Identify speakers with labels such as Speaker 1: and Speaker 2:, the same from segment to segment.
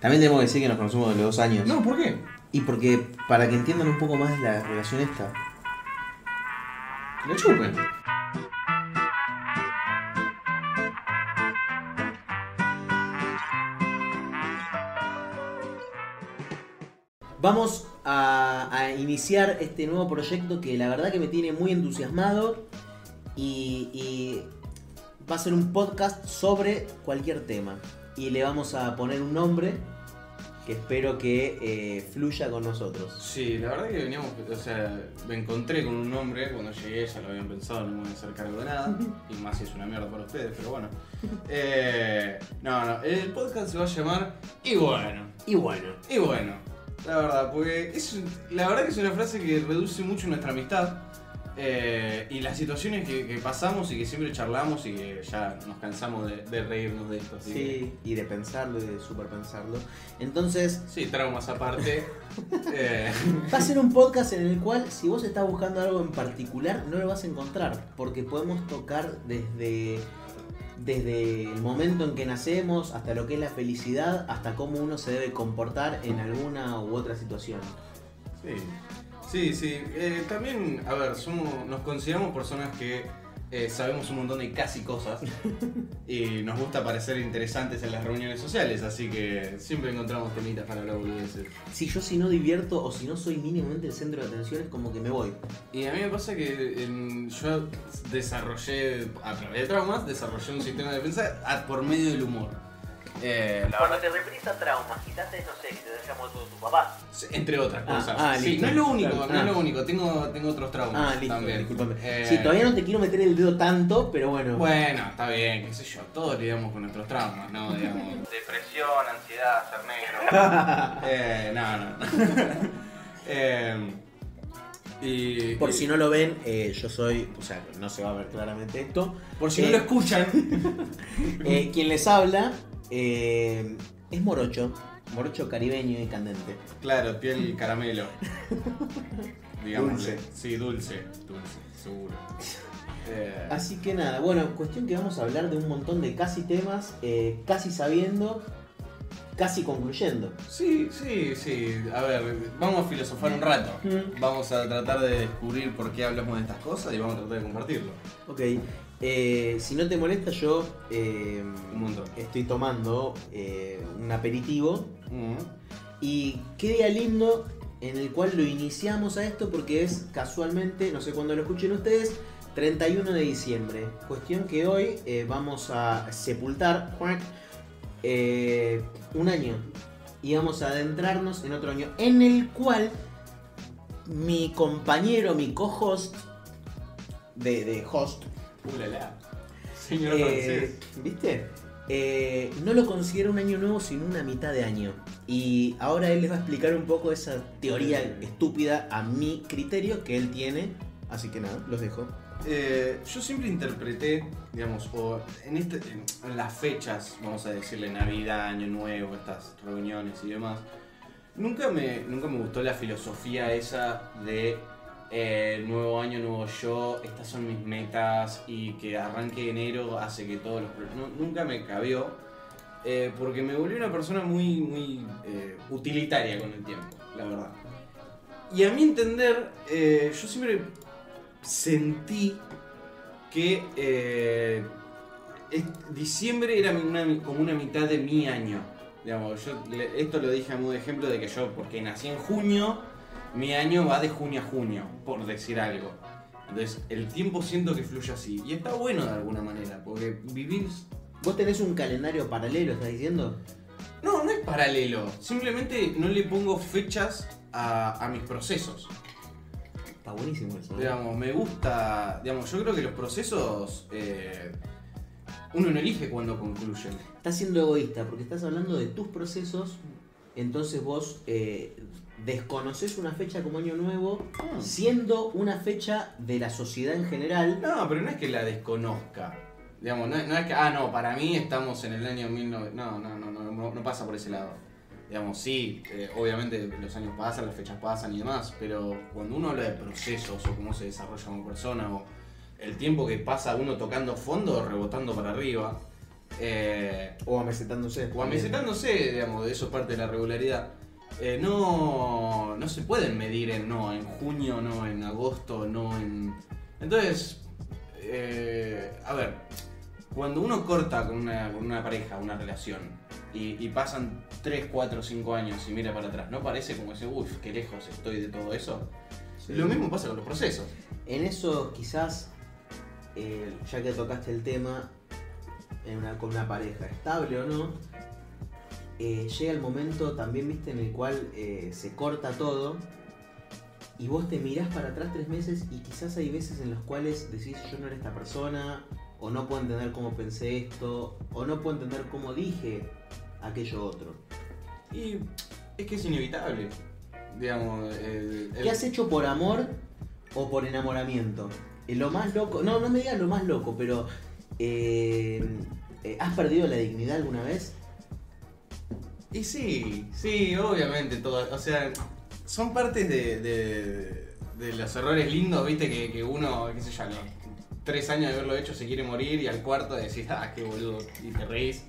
Speaker 1: También tenemos que decir que nos conocemos de los dos años.
Speaker 2: No, ¿por qué?
Speaker 1: Y porque, para que entiendan un poco más la relación esta.
Speaker 2: Que lo chupen.
Speaker 3: Vamos a, a iniciar este nuevo proyecto que la verdad que me tiene muy entusiasmado y, y va a ser un podcast sobre cualquier tema. Y le vamos a poner un nombre que espero que eh, fluya con nosotros.
Speaker 2: Sí, la verdad que veníamos, o sea, me encontré con un nombre, cuando llegué ya lo habían pensado, no me voy a hacer cargo de nada, y más si es una mierda para ustedes, pero bueno. Eh, no, no, el podcast se va a llamar Y bueno,
Speaker 3: Y bueno,
Speaker 2: y bueno, la verdad, porque es, un- la verdad que es una frase que reduce mucho nuestra amistad. eh, y las situaciones que, que pasamos y que siempre charlamos y que ya nos cansamos de, de reírnos de esto. así que-
Speaker 1: Sí.
Speaker 3: y de pensarlo y de superpensarlo. Entonces,
Speaker 2: Sí, traumas aparte. eh,
Speaker 3: Va a ser un podcast en el cual si vos estás buscando algo en particular no lo vas a encontrar, porque podemos tocar desde, desde el momento en que nacemos hasta lo que es la felicidad, hasta cómo uno se debe comportar en alguna u otra situación.
Speaker 2: Sí, sí, sí. Eh, también, a ver, somos, nos consideramos personas que eh, sabemos un montón de casi cosas y nos gusta parecer interesantes en las reuniones sociales, así que siempre encontramos temitas para hablar boludeces.
Speaker 3: Si yo si no divierto o si no soy mínimamente el centro de atención es como que me voy.
Speaker 2: Y a mí me pasa que en- yo desarrollé, a través de traumas, desarrollé un sistema de defensa a- por medio del humor. Eh, la verdad,
Speaker 3: te referís a traumas, quizás es, no sé, que te haya muerto tu papá.
Speaker 2: entre otras
Speaker 3: Ah,
Speaker 2: cosas.
Speaker 3: ah,
Speaker 2: sí,
Speaker 3: listo.
Speaker 2: no es lo único,
Speaker 3: Claro.
Speaker 2: no es
Speaker 3: Ah.
Speaker 2: lo único. Tengo, tengo otros traumas
Speaker 3: Ah, listo,
Speaker 2: también.
Speaker 3: discúlpame.
Speaker 2: Eh,
Speaker 3: Sí, todavía no te quiero meter el dedo tanto, pero bueno.
Speaker 2: Bueno, está bien, qué sé yo, todos lidiamos con nuestros traumas, ¿no? Digamos. Depresión, ansiedad, ser negro. eh, no, no. eh, y,
Speaker 3: Por
Speaker 2: y-
Speaker 3: si no lo ven, eh, yo soy, o sea, no se va a ver claramente esto,
Speaker 2: por si no
Speaker 3: eh,
Speaker 2: lo escuchan.
Speaker 3: Eh, quien les habla eh, es morocho, morocho caribeño y candente.
Speaker 2: Claro, piel caramelo. Digamos.
Speaker 3: Dulce.
Speaker 2: Sí, dulce. Dulce, seguro. Eh,
Speaker 3: Así que nada, bueno, cuestión que vamos a hablar de un montón de casi temas, eh, casi sabiendo, casi concluyendo.
Speaker 2: sí, sí, sí. A ver, vamos a filosofar un rato.
Speaker 3: Mm.
Speaker 2: Vamos a tratar de descubrir por qué hablamos de estas cosas y vamos a tratar de compartirlo.
Speaker 3: Ok, eh, si no te molesta yo eh,
Speaker 2: Un montón.
Speaker 3: estoy tomando eh, un aperitivo
Speaker 2: Mm.
Speaker 3: Uh, y qué día lindo en el cual lo iniciamos a esto porque es casualmente, no sé cuándo lo escuchen ustedes, 31 de diciembre. Cuestión que hoy eh, vamos a sepultar cuac, eh, un año y vamos a adentrarnos en otro año en el cual mi compañero, mi co-host de, de host,
Speaker 2: Ulala. Señor
Speaker 3: eh,
Speaker 2: francés.
Speaker 3: ¿Viste? Eh, no lo considero un año nuevo, sino una mitad de año. Y ahora él les va a explicar un poco esa teoría estúpida a mi criterio que él tiene. Así que nada, los dejo.
Speaker 2: Eh, yo siempre interpreté, digamos, o en, este, en- en las fechas, vamos a decirle Navidad, Año Nuevo, estas reuniones y demás, nunca me, nunca me gustó la filosofía esa de eh, nuevo año, nuevo yo, estas son mis metas y que arranque enero hace que todos los... pro- nu- nunca me cabió, eh, porque me volví una persona muy, muy eh, utilitaria con el tiempo, la verdad. Y a mi entender, eh, yo siempre sentí que eh, es- diciembre era mi- una- como una mitad de mi año. Digamos, yo le- esto lo dije a modo de ejemplo de que yo, porque nací en junio, mi año va de junio a junio, por decir algo. Entonces, el tiempo siento que fluye así. Y está bueno de alguna manera, porque vivís
Speaker 3: ¿Vos tenés un calendario paralelo, estás diciendo?
Speaker 2: no, no es paralelo. Simplemente no le pongo fechas a, a mis procesos.
Speaker 3: Está buenísimo eso. ¿eh?
Speaker 2: Mm. Digamos, me gusta. Digamos, yo creo que los procesos. eh, uno no elige cuándo concluyen.
Speaker 3: Estás siendo egoísta porque estás hablando de tus procesos. Entonces vos eh, desconoces una fecha como año nuevo, siendo una fecha de la sociedad en general.
Speaker 2: No, pero no es que la desconozca. Digamos, no, no es que. Ah, no, para mí estamos en el año 1900. No, no, no, no, no, no pasa por ese lado. Digamos, sí, eh, obviamente los años pasan, las fechas pasan y demás, pero cuando uno habla de procesos o cómo se desarrolla como persona o el tiempo que pasa uno tocando fondo o rebotando para arriba, Eh,
Speaker 3: O amesetándose.
Speaker 2: o amesetándose, digamos, de eso parte de la regularidad. Eh, no, no se pueden medir en no, en junio, no, en agosto, no, en... Entonces, eh, a ver, cuando uno corta con una, con una pareja, una relación, y, y pasan 3, 4, 5 años y mira para atrás, ¿no parece como ese, uff, qué lejos estoy de todo eso?
Speaker 3: Sí.
Speaker 2: Lo mismo pasa con los procesos.
Speaker 3: En eso quizás, eh, ya que tocaste el tema, en una, con una pareja estable o no, eh, llega el momento también, viste, en el cual eh, se corta todo y vos te mirás para atrás tres meses y quizás hay veces en los cuales decís yo no era esta persona, o no puedo entender cómo pensé esto, o no puedo entender cómo dije aquello otro.
Speaker 2: Y es que es inevitable. Digamos, el- el-
Speaker 3: ¿Qué has hecho por amor o por enamoramiento? Eh, Lo más loco, no, no me digas lo más loco, pero eh, eh, ¿has perdido la dignidad alguna vez?
Speaker 2: Y sí, sí, obviamente, todo, o sea, son partes de, de- de los errores lindos, viste, que, que uno, qué sé yo, a los tres años de haberlo hecho se quiere morir y al cuarto decís, ah, qué boludo, y te reís.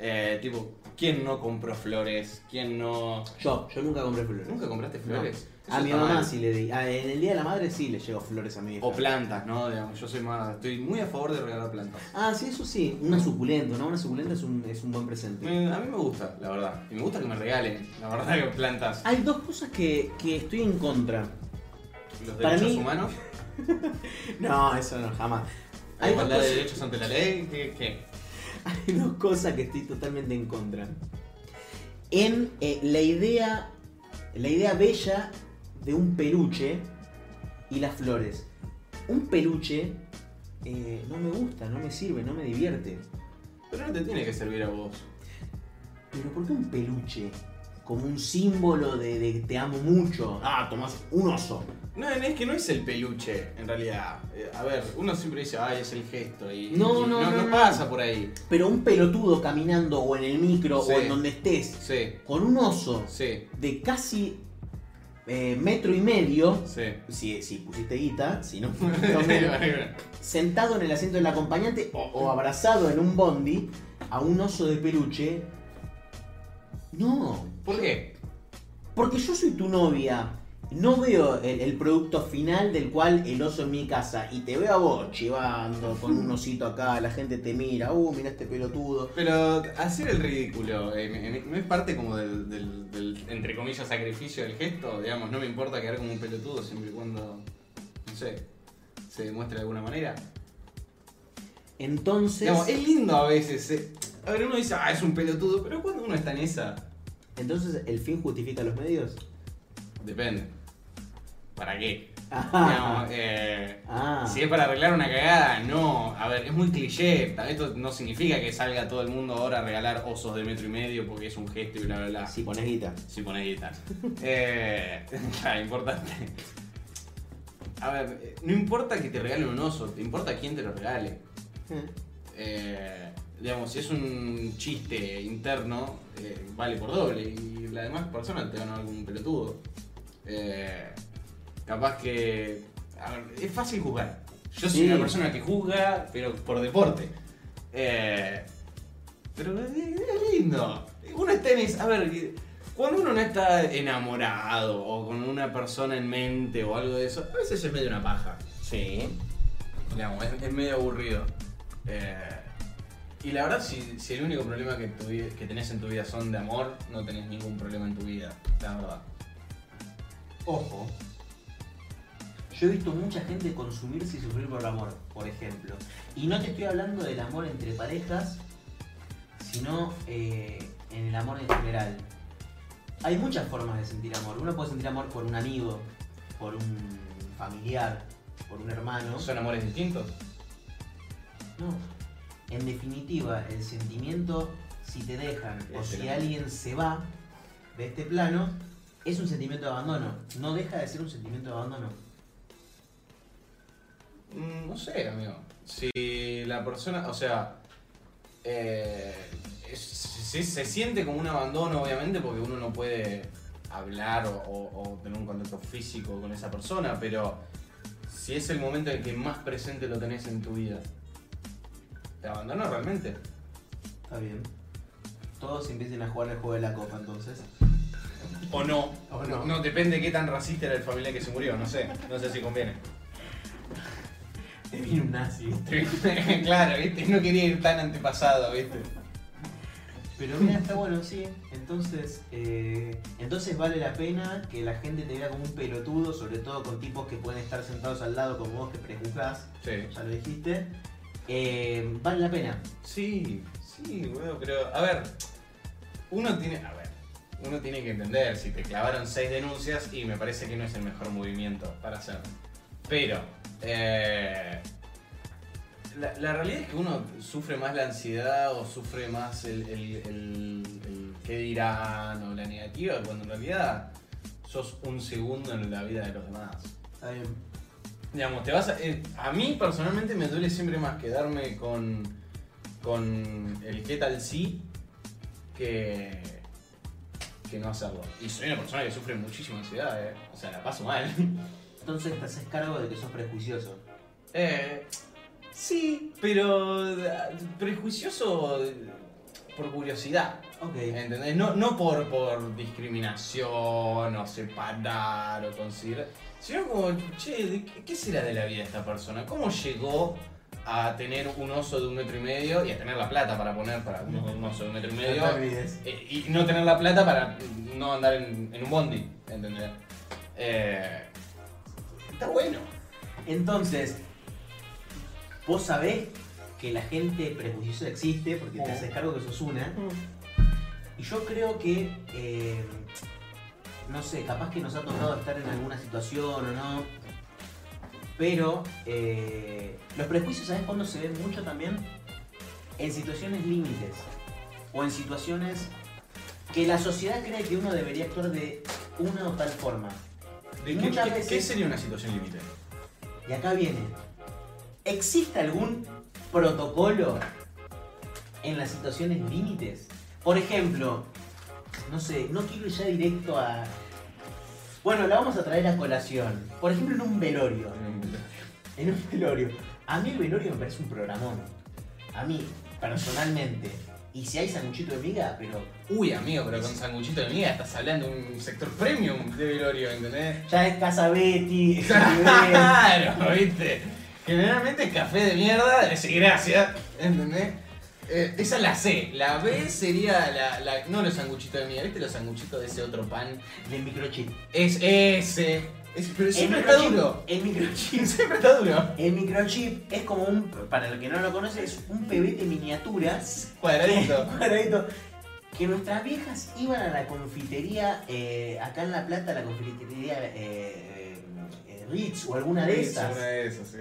Speaker 2: Eh, tipo, ¿quién no compró flores? ¿Quién no...?
Speaker 3: Yo, yo nunca compré flores.
Speaker 2: ¿Nunca compraste flores?
Speaker 3: No. A
Speaker 2: Eso
Speaker 3: mi
Speaker 2: está
Speaker 3: mamá
Speaker 2: mal.
Speaker 3: sí le di. ah, en el día de la madre sí le llegó flores a mi hija.
Speaker 2: O plantas, ¿no? Digamos, yo soy más, estoy muy a favor de regalar plantas.
Speaker 3: Ah, sí, eso sí, una suculenta, ¿no? Una suculenta es un, es un buen presente.
Speaker 2: Me- a mí me gusta, la verdad. Y me gusta que me regalen, la verdad, que plantas.
Speaker 3: Hay dos cosas que, que estoy en contra.
Speaker 2: Los
Speaker 3: Para
Speaker 2: derechos
Speaker 3: mí-
Speaker 2: humanos,
Speaker 3: No, eso no, jamás.
Speaker 2: la
Speaker 3: Hay dos,
Speaker 2: igualdad de
Speaker 3: cosas,
Speaker 2: derechos ante la ley, ¿qué? qué?
Speaker 3: hay dos cosas que estoy totalmente en contra. En eh, la idea. La idea bella de un peluche y las flores. Un peluche eh, no me gusta, no me sirve, no me divierte.
Speaker 2: Pero no te tiene que servir a vos.
Speaker 3: Pero ¿por qué un peluche? Como un símbolo de, de te amo mucho. Ah, tomás un oso.
Speaker 2: No, es que no es el peluche, en realidad. Eh, a ver, uno siempre dice, ay, es el gesto. Y,
Speaker 3: No,
Speaker 2: y
Speaker 3: no, no, no.
Speaker 2: pasa por ahí.
Speaker 3: Pero un pelotudo caminando o en el micro
Speaker 2: Sí.
Speaker 3: o en donde estés,
Speaker 2: Sí,
Speaker 3: con un oso
Speaker 2: sí,
Speaker 3: de casi eh, metro y medio,
Speaker 2: sí.
Speaker 3: si, si pusiste guita, si no, no menos, sentado en el asiento del acompañante o, o abrazado en un bondi a un oso de peluche. No,
Speaker 2: ¿Por qué?
Speaker 3: Porque yo soy tu novia. No veo el, el producto final del cual el oso en mi casa. Y te veo a vos chivando con un osito acá. La gente te mira. Uh, mira este pelotudo.
Speaker 2: Pero hacer el ridículo, eh, me- me- ¿no es parte como del, del- del, entre comillas, sacrificio del gesto? Digamos, no me importa quedar como un pelotudo siempre y cuando, no sé, se demuestre de alguna manera.
Speaker 3: Entonces,
Speaker 2: Digamos, es lindo a veces. eh. A ver, uno dice, ah, es un pelotudo, pero cuando uno está en esa,
Speaker 3: entonces ¿el fin justifica los medios?
Speaker 2: Depende. ¿Para qué?
Speaker 3: Ah,
Speaker 2: Digamos, eh,
Speaker 3: ah,
Speaker 2: Si es para arreglar una cagada, no. A ver, es muy cliché. Esto no significa que salga todo el mundo ahora a regalar osos de metro y medio porque es un gesto y bla, bla, bla.
Speaker 3: si pones guita.
Speaker 2: Si pones guitarra. eh, claro, importante. A ver, eh, no importa que te regalen un oso, te importa quién te lo regale.
Speaker 3: Eh,
Speaker 2: Eh, digamos, si es un chiste interno, eh, vale por doble. Y las demás personas te van a dar como un pelotudo. Eh, capaz que. A ver, es fácil juzgar. Yo soy
Speaker 3: Sí.
Speaker 2: una persona que juzga, pero por deporte. Eh, pero es, es lindo. Uno está en es- A ver, cuando uno no está enamorado o con una persona en mente o algo de eso, a veces es medio una paja.
Speaker 3: Sí.
Speaker 2: Digamos, es, es medio aburrido. Eh, y la verdad, si, si el único problema que, tu vi- que tenés en tu vida son de amor, no tenés ningún problema en tu vida, la verdad.
Speaker 3: Ojo. Yo he visto mucha gente consumirse y sufrir por amor, por ejemplo. Y no te estoy hablando del amor entre parejas, sino eh, en el amor en general. Hay muchas formas de sentir amor. Uno puede sentir amor por un amigo, por un familiar, por un hermano.
Speaker 2: ¿No son amores distintos?
Speaker 3: No. En definitiva, el sentimiento, si te dejan o
Speaker 2: Este
Speaker 3: si
Speaker 2: no.
Speaker 3: alguien se va de este plano, es un sentimiento de abandono. No deja de ser un sentimiento de abandono.
Speaker 2: Mm, No sé, amigo. Si la persona, o sea, eh, es- se, se siente como un abandono, obviamente, porque uno no puede hablar o, o- o tener un contacto físico con esa persona, pero si es el momento en el que más presente lo tenés en tu vida, te abandonó realmente.
Speaker 3: Está bien. Todos empiecen a jugar el juego de la copa entonces.
Speaker 2: O no.
Speaker 3: O no.
Speaker 2: depende de qué tan racista era el familiar que se murió, no sé. No sé si conviene.
Speaker 3: Te vino un nazi.
Speaker 2: claro, ¿viste? No quería ir tan antepasado, ¿viste?
Speaker 3: Pero mira, está bueno, sí. Entonces, eh, entonces vale la pena que la gente te vea como un pelotudo, sobre todo con tipos que pueden estar sentados al lado como vos que prejuzgás,
Speaker 2: Sí.
Speaker 3: ya lo dijiste. Eh, vale la pena.
Speaker 2: Sí, sí, weón, pero. A ver, uno tiene. A ver, uno tiene que entender, si te clavaron seis denuncias, y me parece que no es el mejor movimiento para hacer. Pero, eh, La, la realidad es que uno sufre más la ansiedad o sufre más el, el, el- el qué dirán o la negativa, cuando en realidad sos un segundo en la vida de los demás.
Speaker 3: Está bien.
Speaker 2: Digamos, te vas a, eh, a mí personalmente me duele siempre más quedarme con, con el qué tal sí que, que no hacerlo. Y soy una persona que sufre muchísima ansiedad, eh. o sea, la paso mal.
Speaker 3: Entonces te haces cargo de que sos prejuicioso.
Speaker 2: Eh, sí, pero eh, prejuicioso eh, por curiosidad.
Speaker 3: Ok.
Speaker 2: ¿Entendés? No, no por, por discriminación o separar o considerar, sino como, che, ¿de ¿qué, qué será de la vida de esta persona? ¿Cómo llegó a tener un oso de un metro y medio y a tener la plata para poner para un, un oso de un metro y medio?
Speaker 3: No te olvides.
Speaker 2: eh, y no tener la plata para no andar en, en un bondi, ¿entendés? Eh, está bueno.
Speaker 3: Entonces, vos sabés que la gente prejuiciosa existe porque te
Speaker 2: Mm.
Speaker 3: haces cargo que sos una. Y yo creo que, eh, no sé, capaz que nos ha tocado estar en alguna situación o no. Pero eh, los prejuicios, ¿sabes cuándo se ven mucho también? En situaciones límites. O en situaciones que la sociedad cree que uno debería actuar de una o tal forma.
Speaker 2: ¿De qué,
Speaker 3: Muchas
Speaker 2: qué-
Speaker 3: veces-
Speaker 2: qué sería una situación límite?
Speaker 3: Y acá viene. ¿Existe algún protocolo en las situaciones límites? Por ejemplo, no sé, no quiero ir ya directo a. Bueno, la vamos a traer a colación. Por ejemplo, en un velorio. En un velorio. A mí el velorio me parece un programón. A mí, personalmente. Y si hay sanguchito de miga, pero
Speaker 2: Uy, amigo, pero con sanguchito de miga estás hablando de un sector premium de velorio, ¿entendés?
Speaker 3: ya es Casa Betty, es otro nivel.
Speaker 2: Claro, viste. Generalmente es café de mierda, de decir gracias, ¿entendés? Eh, esa es la C. La B sería la, la- No los sanguchitos de miga, ¿viste los sanguchitos de ese otro pan?
Speaker 3: de microchip.
Speaker 2: Es ese. Es- pero siempre
Speaker 3: El
Speaker 2: está
Speaker 3: microchip-
Speaker 2: duro.
Speaker 3: El microchip
Speaker 2: Siempre está duro.
Speaker 3: El microchip es como un, para el que no lo conoce, es un pebete miniatura.
Speaker 2: Cuadradito.
Speaker 3: Cuadradito. Que nuestras viejas iban a la confitería, eh, acá en La Plata, la confitería eh, eh, Ritz o alguna de esas,
Speaker 2: Una de esas, sí.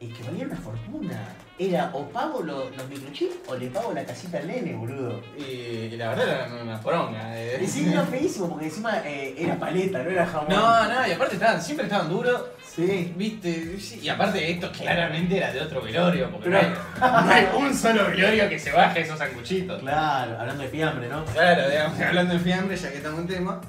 Speaker 3: y que valían una fortuna. Era o pago lo- los microchips o le pago la casita al nene, boludo.
Speaker 2: Y, y la verdad era una poronga. eh.
Speaker 3: Encima era feísimo, porque encima eh, era paleta, no era jamón.
Speaker 2: No, no, y aparte estaban, siempre estaban duros.
Speaker 3: Sí.
Speaker 2: Viste, sí, y aparte esto claramente era de otro velorio, porque
Speaker 3: Pero-
Speaker 2: no, hay, no hay un solo velorio que se baje esos sanguchitos.
Speaker 3: Claro, hablando de fiambre, ¿no?
Speaker 2: Claro, digamos, hablando de fiambre, ya que estamos en tema.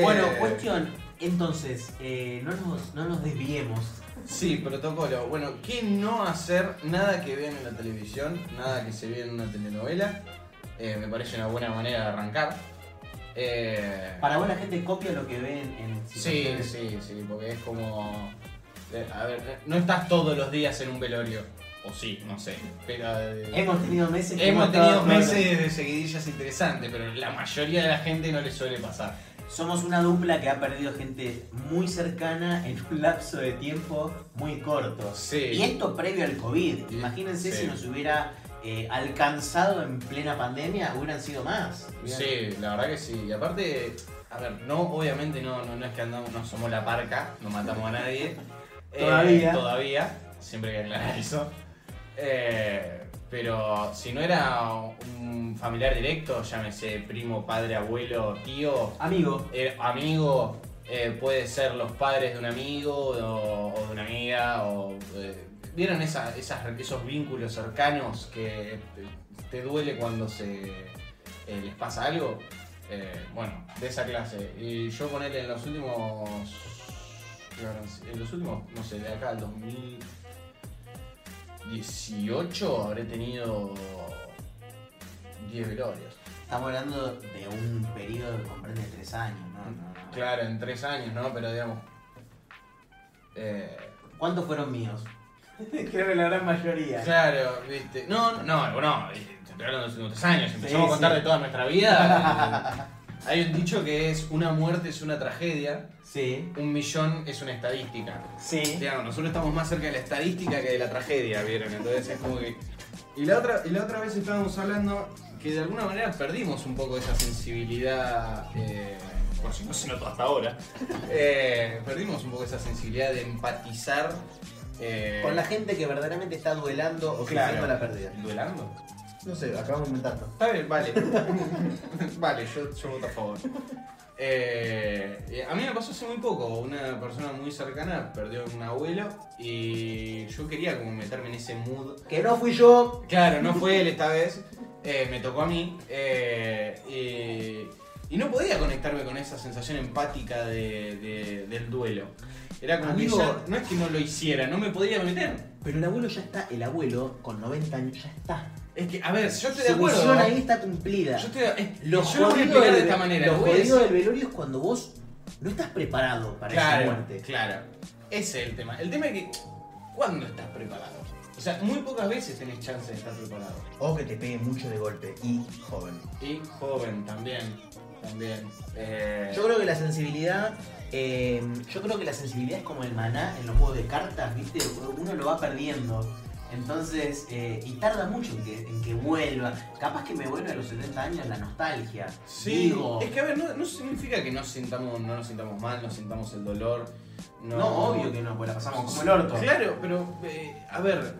Speaker 3: Bueno,
Speaker 2: eh,
Speaker 3: cuestión. Entonces, eh, no, nos, no nos desviemos.
Speaker 2: Sí, protocolo. Bueno, ¿qué no hacer? Nada que vean en la televisión, nada que se vea en una telenovela. Eh, me parece una buena manera de arrancar. Eh,
Speaker 3: Para vos la gente copia lo que ven en
Speaker 2: Sí,
Speaker 3: situaciones-
Speaker 2: sí, sí, porque es como. eh, A ver, no estás todos los días en un velorio. O sí, no sé. Pero. eh,
Speaker 3: Hemos tenido meses que
Speaker 2: Hemos
Speaker 3: hemos estado
Speaker 2: tenido
Speaker 3: todos los-
Speaker 2: meses de seguidillas interesantes, pero la mayoría de la gente no le suele pasar.
Speaker 3: Somos una dupla que ha perdido gente muy cercana en un lapso de tiempo muy corto. Y
Speaker 2: Sí.
Speaker 3: esto previo al COVID. Imagínense
Speaker 2: Sí.
Speaker 3: si nos hubiera eh, alcanzado en plena pandemia, hubieran sido más.
Speaker 2: Sí, la verdad que sí. Y aparte, a ver, no, obviamente no, no, no es que andamos, no somos la parca, no matamos a nadie. Eh,
Speaker 3: Todavía.
Speaker 2: todavía. Siempre hay que aclarar eso. Eh, pero si no era un familiar directo, llámese primo, padre, abuelo, tío,
Speaker 3: Amigo,
Speaker 2: Eh, amigo eh, puede ser los padres de un amigo o, o de una amiga. O, eh, ¿Vieron esa- esas, esos vínculos cercanos que te, te duele cuando se eh, les pasa algo? Eh, bueno, de esa clase. Y yo ponerle en los últimos. ¿qué habrán sido? En los últimos, no sé, de acá al 2018 habré tenido
Speaker 4: 10 velorios.
Speaker 3: Estamos hablando de un periodo que comprende tres años, ¿no? No, no.
Speaker 4: Claro, en 3 años, ¿no? Pero digamos. eh,
Speaker 3: ¿Cuántos fueron míos? Creo que la gran mayoría.
Speaker 4: claro, viste. No, no, no, no, eh, te estoy hablando de los últimos 3 años. Si empezamos
Speaker 3: Sí,
Speaker 4: a contar
Speaker 3: sí.
Speaker 4: de toda nuestra vida. eh, hay un dicho que es: una muerte es una tragedia,
Speaker 3: Sí.
Speaker 4: un millón es una estadística.
Speaker 3: Sí.
Speaker 4: Digamos, nosotros estamos más cerca de la estadística que de la tragedia, ¿vieron? Entonces es como que.
Speaker 2: Y la, otra, y la otra vez estábamos hablando que de alguna manera perdimos un poco esa sensibilidad, eh, por si no se notó hasta ahora, eh, perdimos un poco esa sensibilidad de empatizar eh,
Speaker 3: Con la gente que verdaderamente está duelando o
Speaker 2: Claro.
Speaker 3: sufriendo la pérdida.
Speaker 2: ¿Duelando?
Speaker 5: No sé, acabamos de inventarlo.
Speaker 2: Está bien, vale. vale, yo, yo voto a favor. Eh, eh, a mí me pasó hace muy poco, una persona muy cercana perdió un abuelo y yo quería como meterme en ese mood
Speaker 3: Que no fui yo.
Speaker 2: Claro, no fue él esta vez, eh, me tocó a mí. eh, y, y no podía conectarme con esa sensación empática de- de- del duelo. Era como
Speaker 3: Amigo.
Speaker 2: que ya- no es que no lo hiciera, no me podía meter.
Speaker 3: Pero el abuelo ya está, el abuelo con 90 años ya está.
Speaker 2: Es que, a ver, yo estoy de
Speaker 3: Su
Speaker 2: acuerdo.
Speaker 3: misión ahí está cumplida.
Speaker 2: Yo, estoy, es-
Speaker 3: Lo
Speaker 2: yo
Speaker 3: jodido
Speaker 2: lo voy a explicar de
Speaker 3: del-
Speaker 2: esta manera.
Speaker 3: Lo
Speaker 2: voy a
Speaker 3: jodido
Speaker 2: decir-
Speaker 3: del velorio es cuando vos no estás preparado para
Speaker 2: claro,
Speaker 3: esa muerte.
Speaker 2: Claro, ese es el tema. El tema es que, ¿cuándo estás preparado? O sea, muy pocas veces tenés chance de estar preparado.
Speaker 5: O que te pegue mucho de golpe y joven.
Speaker 2: Y joven también. También. Eh,
Speaker 3: Yo creo que la sensibilidad. eh, yo creo que la sensibilidad es como el maná en los juegos de cartas, ¿viste? Uno lo va perdiendo. Entonces, eh, y tarda mucho en que, en que vuelva. Capaz que me vuelve a los 70 años la nostalgia.
Speaker 2: Sí,
Speaker 3: Digo,
Speaker 2: es que a ver, no, no significa que no, sintamos, no nos sintamos mal, no sintamos el dolor. No,
Speaker 3: no, obvio que no, pues la pasamos como el orto.
Speaker 2: Claro, pero eh, a ver,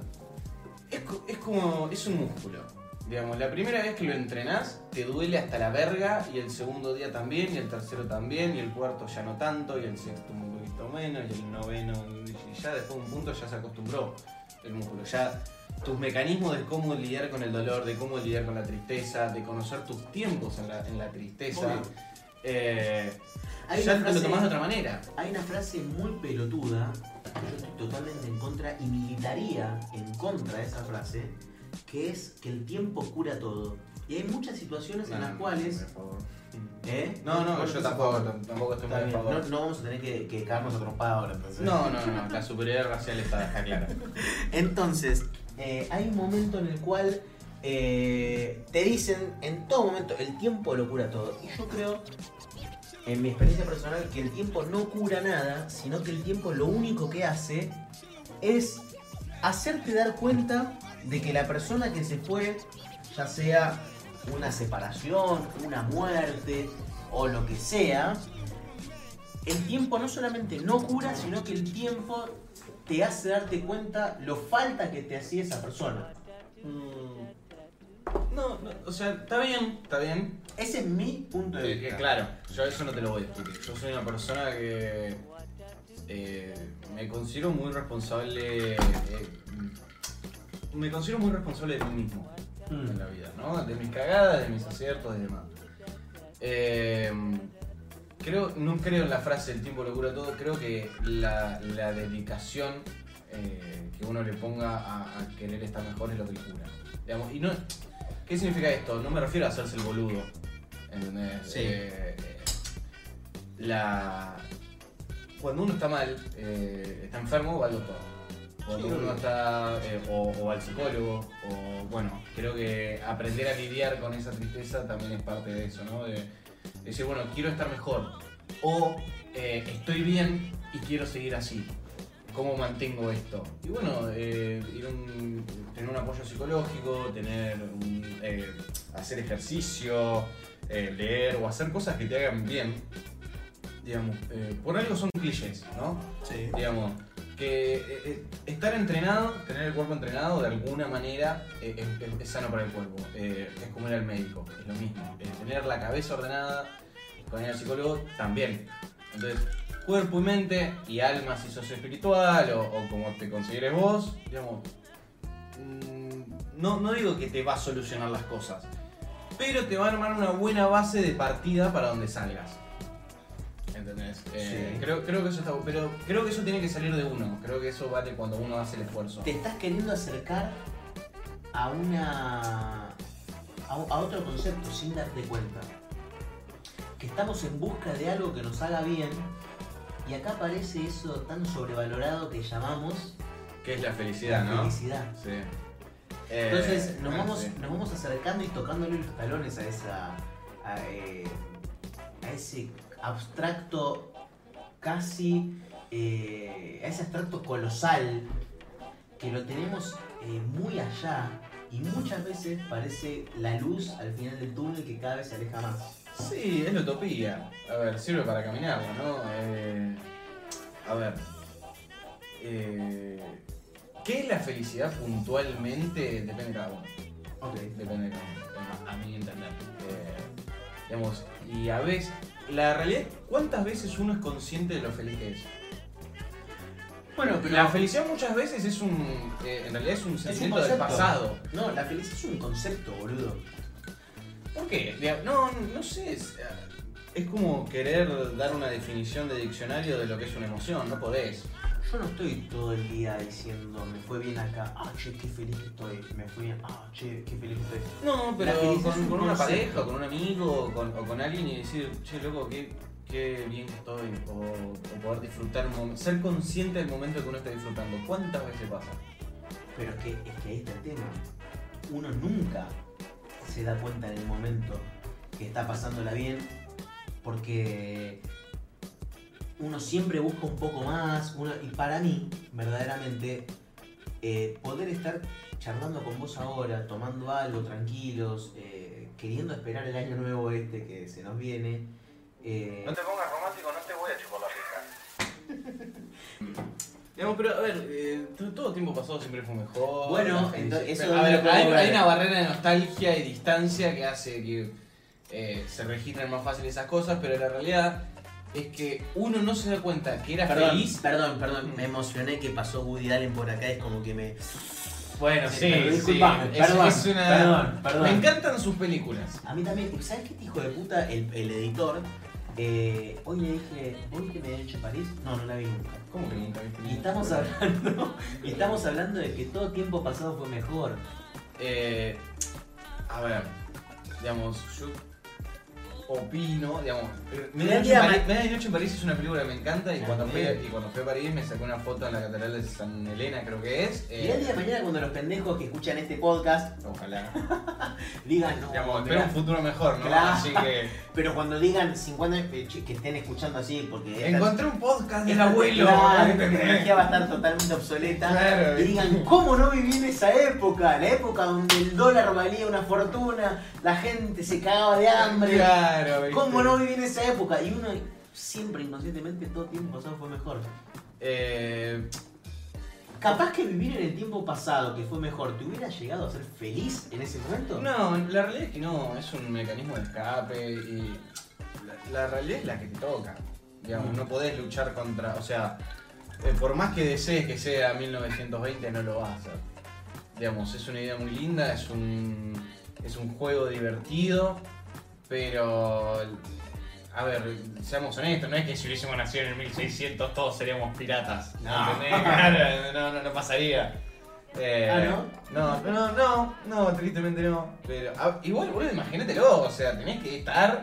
Speaker 2: es, co- es como. es un músculo. Digamos, la primera vez que lo entrenás te duele hasta la verga, y el segundo día también, y el tercero también, y el cuarto ya no tanto, y el sexto un poquito menos, y el noveno. Y ya después de un punto ya se acostumbró el músculo. Ya tus mecanismos de cómo lidiar con el dolor, de cómo lidiar con la tristeza, de conocer tus tiempos en la, en la tristeza.
Speaker 3: Obvio.
Speaker 2: eh,
Speaker 3: Hay
Speaker 2: ya
Speaker 3: una
Speaker 2: lo
Speaker 3: frase-
Speaker 2: tomás de otra manera.
Speaker 3: Hay una frase muy pelotuda, que yo estoy totalmente en contra y militaría en contra de esa frase, que es que el tiempo cura todo. Y hay muchas situaciones en
Speaker 2: No,
Speaker 3: las
Speaker 2: no,
Speaker 3: cuales...
Speaker 2: por favor.
Speaker 3: ¿eh?
Speaker 2: No, no,
Speaker 3: Bueno,
Speaker 2: yo
Speaker 3: entonces,
Speaker 2: tampoco, tampoco estoy
Speaker 3: Está
Speaker 2: muy a
Speaker 3: bien,
Speaker 2: favor.
Speaker 3: No, no vamos a tener que, que cagarnos a trompada ahora, entonces.
Speaker 2: No, no, no, la superioridad racial está, está clara.
Speaker 3: Entonces, eh, hay un momento en el cual eh, te dicen en todo momento, el tiempo lo cura todo. Y yo creo, en mi experiencia personal, que el tiempo no cura nada, sino que el tiempo lo único que hace es hacerte dar cuenta de que la persona que se fue, ya sea una separación, una muerte o lo que sea, el tiempo no solamente no cura, sino que el tiempo te hace darte cuenta lo falta que te hacía esa persona.
Speaker 2: No, no, o sea, está bien, está bien.
Speaker 3: Ese es mi punto de
Speaker 2: Eh,
Speaker 3: vista.
Speaker 2: eh, claro, yo eso no te lo voy a discutir. Yo soy una persona que eh, me considero muy responsable. eh, me considero muy responsable de mí mismo en
Speaker 3: Mm.
Speaker 2: la vida, ¿no? De mis cagadas, de mis aciertos y demás. Eh, creo, no creo en la frase el tiempo lo cura todo, creo que la, la dedicación eh, que uno le ponga a, a querer estar mejor es lo que le cura. Digamos, y no, ¿Qué significa esto? No me refiero a hacerse el boludo. ¿Entendés?
Speaker 3: Sí.
Speaker 2: Eh, eh, la... Cuando uno está mal, eh, está enfermo, va al doctor. Cuando
Speaker 3: Sí,
Speaker 2: uno
Speaker 3: obvio.
Speaker 2: está. eh, o, o al psicólogo, o bueno, creo que aprender a lidiar con esa tristeza también es parte de eso, ¿no? De, decir, bueno, quiero estar mejor. O eh, estoy bien y quiero seguir así. ¿Cómo mantengo esto? Y bueno, eh, ir a un- tener un apoyo psicológico, tener un- eh, hacer ejercicio, eh, leer o hacer cosas que te hagan bien. Digamos, eh, por algo son clichés, ¿no?
Speaker 5: Sí.
Speaker 2: Digamos, que eh, eh, estar entrenado, tener el cuerpo entrenado de alguna manera eh, es, es- es sano para el cuerpo. Eh, es como ir al médico, es lo mismo. Eh, tener la cabeza ordenada con el psicólogo también. Entonces, cuerpo y mente y alma si sos espiritual o, o como te consideres vos, digamos, mm, no, no digo que te va a solucionar las cosas, pero te va a armar una buena base de partida para donde salgas. ¿Entendés? Eh,
Speaker 3: Sí.
Speaker 2: creo, creo que eso está, pero creo que eso tiene que salir de uno. Creo que eso vale cuando uno hace el esfuerzo.
Speaker 3: Te estás queriendo acercar a una a, a otro concepto sin darte cuenta. Que estamos en busca de algo que nos haga bien y acá aparece eso tan sobrevalorado que llamamos
Speaker 2: Que es la felicidad, ¿no?
Speaker 3: felicidad.
Speaker 2: Sí. Eh,
Speaker 3: Entonces nos,
Speaker 2: ah,
Speaker 3: vamos,
Speaker 2: sí.
Speaker 3: nos vamos acercando y tocándole los talones a esa. a, eh, a ese abstracto casi. eh, a ese abstracto colosal que lo tenemos eh, muy allá y muchas veces parece la luz al final del túnel que cada vez se aleja más.
Speaker 2: Sí, es la utopía. A ver, sirve para caminarla, ¿no? Eh, a ver. Eh, ¿Qué es la felicidad puntualmente? Depende de cada uno.
Speaker 3: Ok.
Speaker 2: Depende de cada uno. Este, A- A mi entender. Eh, digamos, y a veces. La realidad, ¿cuántas veces uno es consciente de lo feliz que es?
Speaker 3: Bueno,
Speaker 2: La felicidad muchas veces es un. eh, en realidad es un sentimiento del
Speaker 3: concepto.
Speaker 2: pasado.
Speaker 3: No, la felicidad es un concepto, boludo.
Speaker 2: ¿Por qué? Diga- No, no sé. Es, eh, es como querer dar una definición de diccionario de lo que es una emoción, no podés.
Speaker 3: Yo no estoy todo el día diciendo me fue bien acá, ah che, qué feliz que estoy, me fue bien, ah che, qué feliz que estoy.
Speaker 2: No,
Speaker 3: La
Speaker 2: pero
Speaker 3: felicidad es
Speaker 2: con,
Speaker 3: un
Speaker 2: con una
Speaker 3: concepto.
Speaker 2: pareja, o con un amigo o con, o con alguien y decir, che, loco, qué, qué bien que estoy. O, o poder disfrutar un momento. Ser consciente del momento que uno está disfrutando. ¿Cuántas veces pasa?
Speaker 3: Pero es que, es que ahí está el tema. Uno nunca se da cuenta en el momento que está pasándola bien porque uno siempre busca un poco más. uno- y para mí, verdaderamente, eh, poder estar charlando con vos ahora, tomando algo, tranquilos, eh, queriendo esperar el año nuevo este que se nos viene. eh,
Speaker 2: te pongas romántico, no te voy a chupar la pija. Digamos, pero a ver, eh, t- todo tiempo pasado siempre fue mejor.
Speaker 3: Bueno,
Speaker 2: la felicidad-
Speaker 3: entonces, eso
Speaker 2: pero,
Speaker 3: no
Speaker 2: a
Speaker 3: lo
Speaker 2: ver,
Speaker 3: puedo
Speaker 2: hay,
Speaker 3: ver.
Speaker 2: hay una barrera de nostalgia y distancia que hace que eh, se registren más fácil esas cosas, pero la realidad es que uno no se da cuenta que era
Speaker 3: Perdón,
Speaker 2: feliz.
Speaker 3: perdón, perdón, me emocioné que pasó Woody Allen por acá, es como que me...
Speaker 2: Bueno,
Speaker 3: sí, sí, disculpame,
Speaker 2: es-
Speaker 3: perdón,
Speaker 2: es una-
Speaker 3: perdón, perdón.
Speaker 2: Me encantan sus películas.
Speaker 3: A mí también, porque ¿sabes qué este hijo de puta, el, el editor? eh, hoy le dije, hoy que me he hecho París, no, no la vi nunca.
Speaker 2: ¿Cómo que nunca viste?
Speaker 3: Y estamos hablando, y estamos hablando de que todo tiempo pasado fue mejor.
Speaker 2: Eh, a ver, digamos, yo opino, digamos, eh, Medianoche en,
Speaker 3: Media
Speaker 2: París, Medianoche en París es una película que me encanta y
Speaker 3: Ah,
Speaker 2: cuando, fui,
Speaker 3: bien.
Speaker 2: y cuando fui a París me saqué una foto en la catedral de San Elena, creo que es. eh,
Speaker 3: Y el día de mañana cuando los pendejos que escuchan este podcast
Speaker 2: ojalá.
Speaker 3: digan, no,
Speaker 2: Digamos,
Speaker 3: mirá,
Speaker 2: espero un futuro mejor, ¿no?
Speaker 3: Claro.
Speaker 2: Así que
Speaker 3: pero cuando digan 50 eh, che, que estén escuchando así, porque esta-
Speaker 2: encontré un podcast del
Speaker 3: esta-
Speaker 2: abuelo.
Speaker 3: claro, esta tecnología va a estar totalmente obsoleta.
Speaker 2: Claro,
Speaker 3: Y digan, ¿cómo no viví en esa época? La época donde el dólar valía una fortuna, la gente se cagaba de hambre.
Speaker 2: Claro, ¿viste?
Speaker 3: ¿Cómo no viví en esa época? Y uno siempre inconscientemente todo tiempo pasado fue mejor.
Speaker 2: Eh,
Speaker 3: Capaz que vivir en el tiempo pasado que fue mejor, ¿te hubiera llegado a ser feliz en ese momento?
Speaker 2: No, la realidad es que no, es un mecanismo de escape y la, la realidad es la que te toca. Digamos, no podés luchar contra, o sea, eh, por más que desees que sea 1920 no lo vas a hacer. Digamos, es una idea muy linda, es un es un juego divertido, pero a ver, seamos honestos, no es que si hubiésemos nacido en el 1600 todos seríamos piratas.
Speaker 3: No.
Speaker 2: ¿entendés? Claro, no, no, no pasaría. Eh,
Speaker 3: Ah, ¿no?
Speaker 2: no, no, no, no, tristemente no. Pero ah, igual, boludo, imagínatelo. O sea, tenés que estar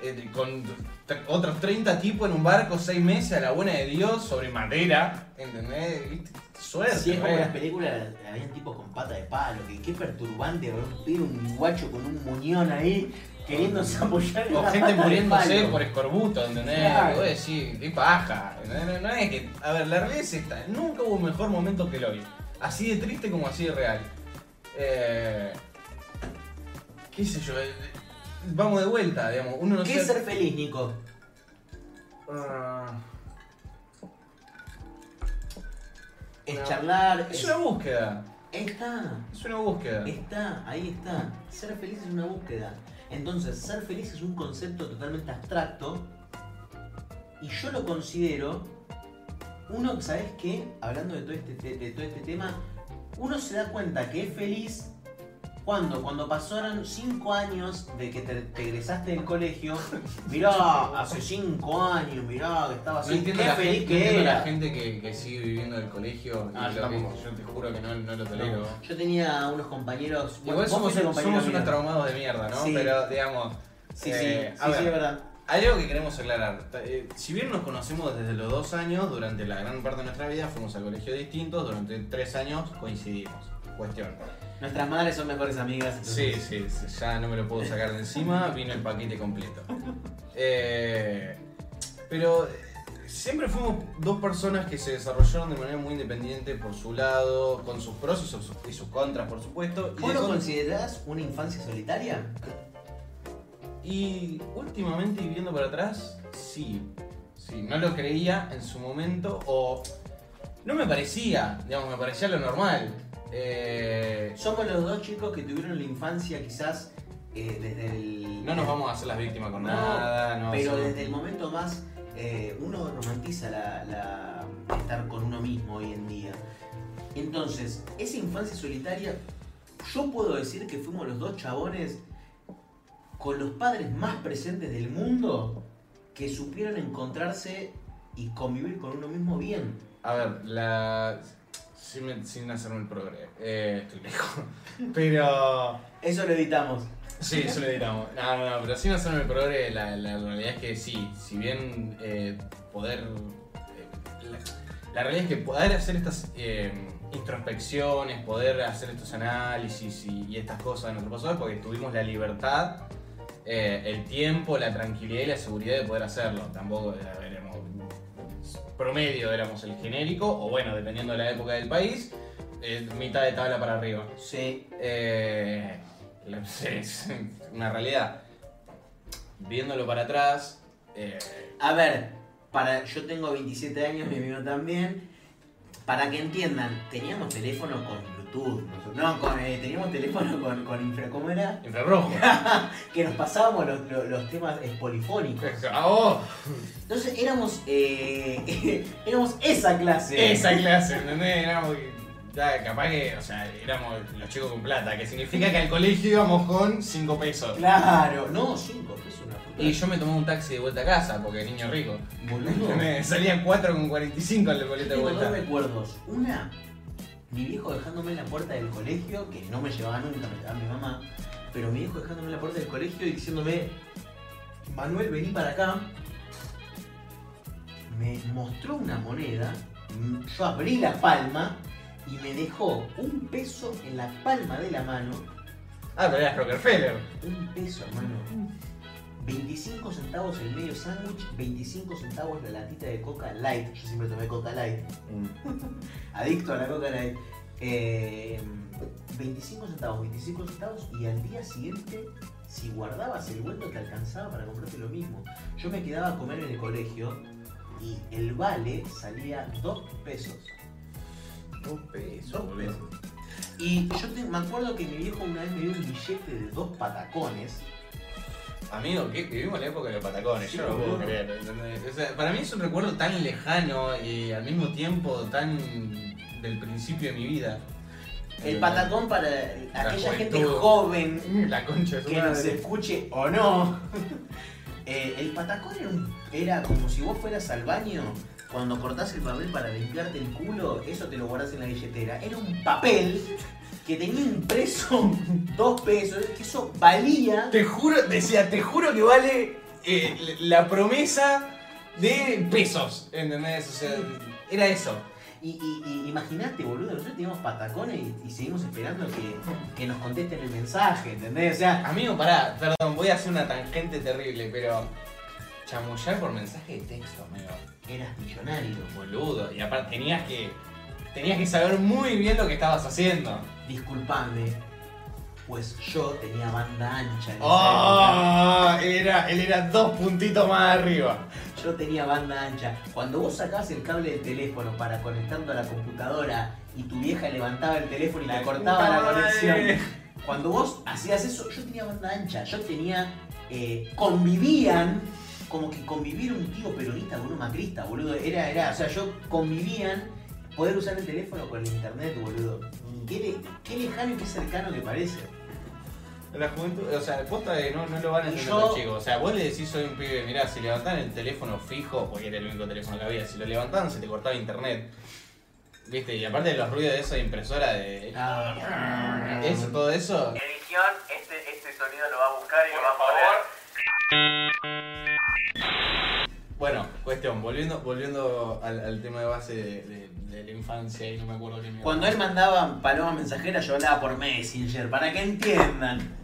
Speaker 2: eh, con t- otros 30 tipos en un barco 6 meses a la buena de Dios sobre madera. ¿Entendés? ¿Viste? Suerte.
Speaker 3: Si es como
Speaker 2: re.
Speaker 3: las películas, habían tipos con pata de palo, que qué perturbante ver un guacho con un muñón ahí queriéndose apoyar en
Speaker 2: O
Speaker 3: una
Speaker 2: gente
Speaker 3: pata de
Speaker 2: muriéndose
Speaker 3: palo.
Speaker 2: por escorbuto, ¿entendés?
Speaker 3: Claro.
Speaker 2: Que vos decís, qué paja. No, no, no es que. A ver, la realidad es esta. Nunca hubo un mejor momento que el hoy. Así de triste como así de real. Eh, qué sé yo. eh, Vamos de vuelta, digamos. Uno no
Speaker 3: ¿Qué
Speaker 2: se-
Speaker 3: es ser feliz, Nico?
Speaker 2: Ah,
Speaker 3: Es
Speaker 2: No.
Speaker 3: charlar,
Speaker 2: es
Speaker 3: es...
Speaker 2: una búsqueda.
Speaker 3: Está,
Speaker 2: Es una búsqueda.
Speaker 3: está, ahí está. Ser feliz es una búsqueda. Entonces, ser feliz es un concepto totalmente abstracto y yo lo considero uno, ¿sabes qué? Hablando de todo este, te- de todo este tema, uno se da cuenta que es feliz ¿Cuándo? Cuando pasaron 5 años de que te, te egresaste del colegio. Mirá, hace 5 años, mirá, que estaba
Speaker 2: No
Speaker 3: así.
Speaker 2: entiendo
Speaker 3: qué
Speaker 2: la
Speaker 3: feliz
Speaker 2: gente, no
Speaker 3: que
Speaker 2: entiendo la
Speaker 3: era.
Speaker 2: gente que, que sigue viviendo del colegio.
Speaker 6: Ah,
Speaker 2: y
Speaker 6: yo
Speaker 2: lo que-
Speaker 6: tampoco.
Speaker 2: yo te juro que no, no lo tolero.
Speaker 3: Yo tenía unos compañeros. bueno,
Speaker 2: Igual
Speaker 3: vos
Speaker 2: somos,
Speaker 3: fuiste
Speaker 2: somos
Speaker 3: compañero mío.
Speaker 2: unos traumados de mierda, ¿no?
Speaker 3: Sí.
Speaker 2: Pero digamos,
Speaker 3: Sí, sí,
Speaker 2: Eh,
Speaker 3: sí,
Speaker 2: a
Speaker 3: sí,
Speaker 2: ver.
Speaker 3: es verdad.
Speaker 2: algo que queremos aclarar.
Speaker 6: Eh, Si bien nos conocemos desde los dos años, durante la gran parte de nuestra vida fuimos a colegios distintos, durante tres años coincidimos. Cuestión.
Speaker 3: Nuestras madres son mejores amigas.
Speaker 2: Sí,
Speaker 3: entonces-
Speaker 2: sí, sí, ya no me lo puedo sacar de encima, vino el paquete completo. Eh, pero eh, siempre fuimos dos personas que se desarrollaron de manera muy independiente por su lado, con sus pros y sus, y sus contras, por supuesto. Y,
Speaker 3: ¿Vos
Speaker 2: de
Speaker 3: lo
Speaker 2: con-
Speaker 3: considerás una infancia solitaria?
Speaker 6: Y
Speaker 2: últimamente y viendo para atrás, sí, sí, no lo creía en su momento o no me parecía, digamos, me parecía lo normal. Eh,
Speaker 3: Somos los dos chicos que tuvieron la infancia quizás eh, desde el...
Speaker 2: no nos vamos a hacer las víctimas con
Speaker 3: No,
Speaker 2: nada, no,
Speaker 3: Pero
Speaker 2: sí.
Speaker 3: desde el momento más... eh, uno romantiza la, la- estar con uno mismo hoy en día. Entonces, esa infancia solitaria, yo puedo decir que fuimos los dos chabones con los padres más presentes del mundo que supieron encontrarse y convivir con uno mismo bien.
Speaker 2: A ver, la. Sin, me- sin hacerme el progre. Eh, estoy lejos. Pero.
Speaker 3: Eso lo evitamos.
Speaker 2: Sí, eso lo digamos. No, no, no, pero sin hacerme el progre, la, la realidad es que sí. Si bien eh, poder. eh, la, la realidad es que poder hacer estas eh, introspecciones, poder hacer estos análisis y, y estas cosas en nuestro pasado es porque tuvimos la libertad, eh, el tiempo, la tranquilidad y la seguridad de poder hacerlo. Tampoco eh, a ver, éramos promedio, éramos el genérico, o bueno, dependiendo de la época del país, eh, mitad de tabla para arriba.
Speaker 3: Sí.
Speaker 2: Eh, la- es una realidad. Viéndolo para atrás, eh,
Speaker 3: A ver, para, yo tengo 27 años, mi amigo también. Para que entiendan, teníamos teléfono con Bluetooth. nosotros- No, con, eh, teníamos teléfono con, con infra, ¿cómo era?
Speaker 2: infrarrojo.
Speaker 3: Que nos pasábamos los, los- los temas eh, polifónicos.
Speaker 2: Ah, oh,
Speaker 3: Entonces éramos, eh, éramos esa clase.
Speaker 2: esa clase, ¿entendés? Éramos, ya, capaz que, o sea, éramos los chicos con plata, que significa que al colegio íbamos con 5 pesos.
Speaker 3: Claro. No, 5 pesos una puta.
Speaker 2: Y yo me tomé un taxi de vuelta a casa, porque niño rico.
Speaker 3: Boludo.
Speaker 2: Me salía 4,45 el boleto de
Speaker 3: Tengo dos
Speaker 2: vuelta.
Speaker 3: recuerdos. Una, mi viejo dejándome en la puerta del colegio, que no me llevaba nunca, me llevaba mi mamá, pero mi viejo dejándome en la puerta del colegio y diciéndome, Manuel, vení para acá. Me mostró una moneda, m- yo abrí la palma y me dejó un peso en la palma de la mano.
Speaker 2: Ah, pero eras Rockefeller.
Speaker 3: Un peso, hermano. 25 centavos el medio sándwich, 25 centavos la latita de Coca Light. Yo siempre tomé Coca Light adicto a la coca light. Eh, 25 centavos, 25 centavos y al día siguiente, si guardabas el vuelto te alcanzaba para comprarte lo mismo. Yo me quedaba a comer en el colegio y el vale salía 2 pesos.
Speaker 2: Dos pesos,
Speaker 3: Dos
Speaker 2: boludo.
Speaker 3: pesos. Y yo te- me acuerdo que mi viejo una vez me dio un billete de dos patacones.
Speaker 2: Amigo, que vivimos la época de los patacones,
Speaker 3: Sí,
Speaker 2: yo no lo puedo
Speaker 3: boludo.
Speaker 2: creer. ¿entendés? O sea, para mí es un recuerdo tan lejano y al mismo tiempo tan del principio de mi vida.
Speaker 3: El
Speaker 2: Eh,
Speaker 3: patacón para aquella gente
Speaker 2: juventud.
Speaker 3: joven
Speaker 2: La concha de su
Speaker 3: que
Speaker 2: madre.
Speaker 3: nos escuche o no. Eh, el patacón era, un- era como si vos fueras al baño cuando cortás el papel para limpiarte el culo, eso te lo guardás en la billetera. Era un papel que tenía impreso dos pesos, que eso valía.
Speaker 2: Te juro, decía, te juro que vale eh, la promesa de pesos, ¿entendés? O sea, era eso.
Speaker 3: Y, y- y imaginate, boludo, nosotros teníamos patacones y, y seguimos esperando que, que nos contesten el mensaje, ¿entendés? O sea,
Speaker 2: Amigo, pará, perdón, voy a hacer una tangente terrible, pero chamullar por mensaje de texto, amigo.
Speaker 3: eras millonario.
Speaker 2: Boludo, y aparte tenías que tenías que saber muy bien lo que estabas haciendo.
Speaker 3: Disculpame, pues yo tenía banda ancha en esa época.
Speaker 2: ¡Oh! Él era, él era dos puntitos más arriba.
Speaker 3: Yo tenía banda ancha. Cuando vos sacabas el cable del teléfono para conectarlo a la computadora y tu vieja levantaba el teléfono y te cortaba la conexión. Cuando vos hacías eso, yo tenía banda ancha. Yo tenía. eh, convivían. Como que convivir un tío peronista con un macrista, boludo. Era, era. O sea, yo convivían poder usar el teléfono con el internet, boludo. Qué, le- qué lejano y qué cercano que parece.
Speaker 6: La juventud, o sea, posta que no, no lo van a
Speaker 2: Y
Speaker 6: entender
Speaker 2: yo-
Speaker 6: los chicos. O sea, vos le decís soy un pibe, mirá, si levantaban el teléfono fijo, porque era el único teléfono que había, si lo levantaban se te cortaba internet. Viste, y aparte de los ruidos de esa impresora de.
Speaker 2: Ah,
Speaker 3: Ah.
Speaker 6: Eso, todo eso.
Speaker 3: Edición, este, este sonido lo va a buscar y lo va a poner.
Speaker 6: Bueno, cuestión, volviendo, volviendo al, al tema de base de, de- de la infancia y no me acuerdo qué mierda.
Speaker 3: Cuando él mandaba palomas mensajeras, yo hablaba por Messenger, para que entiendan.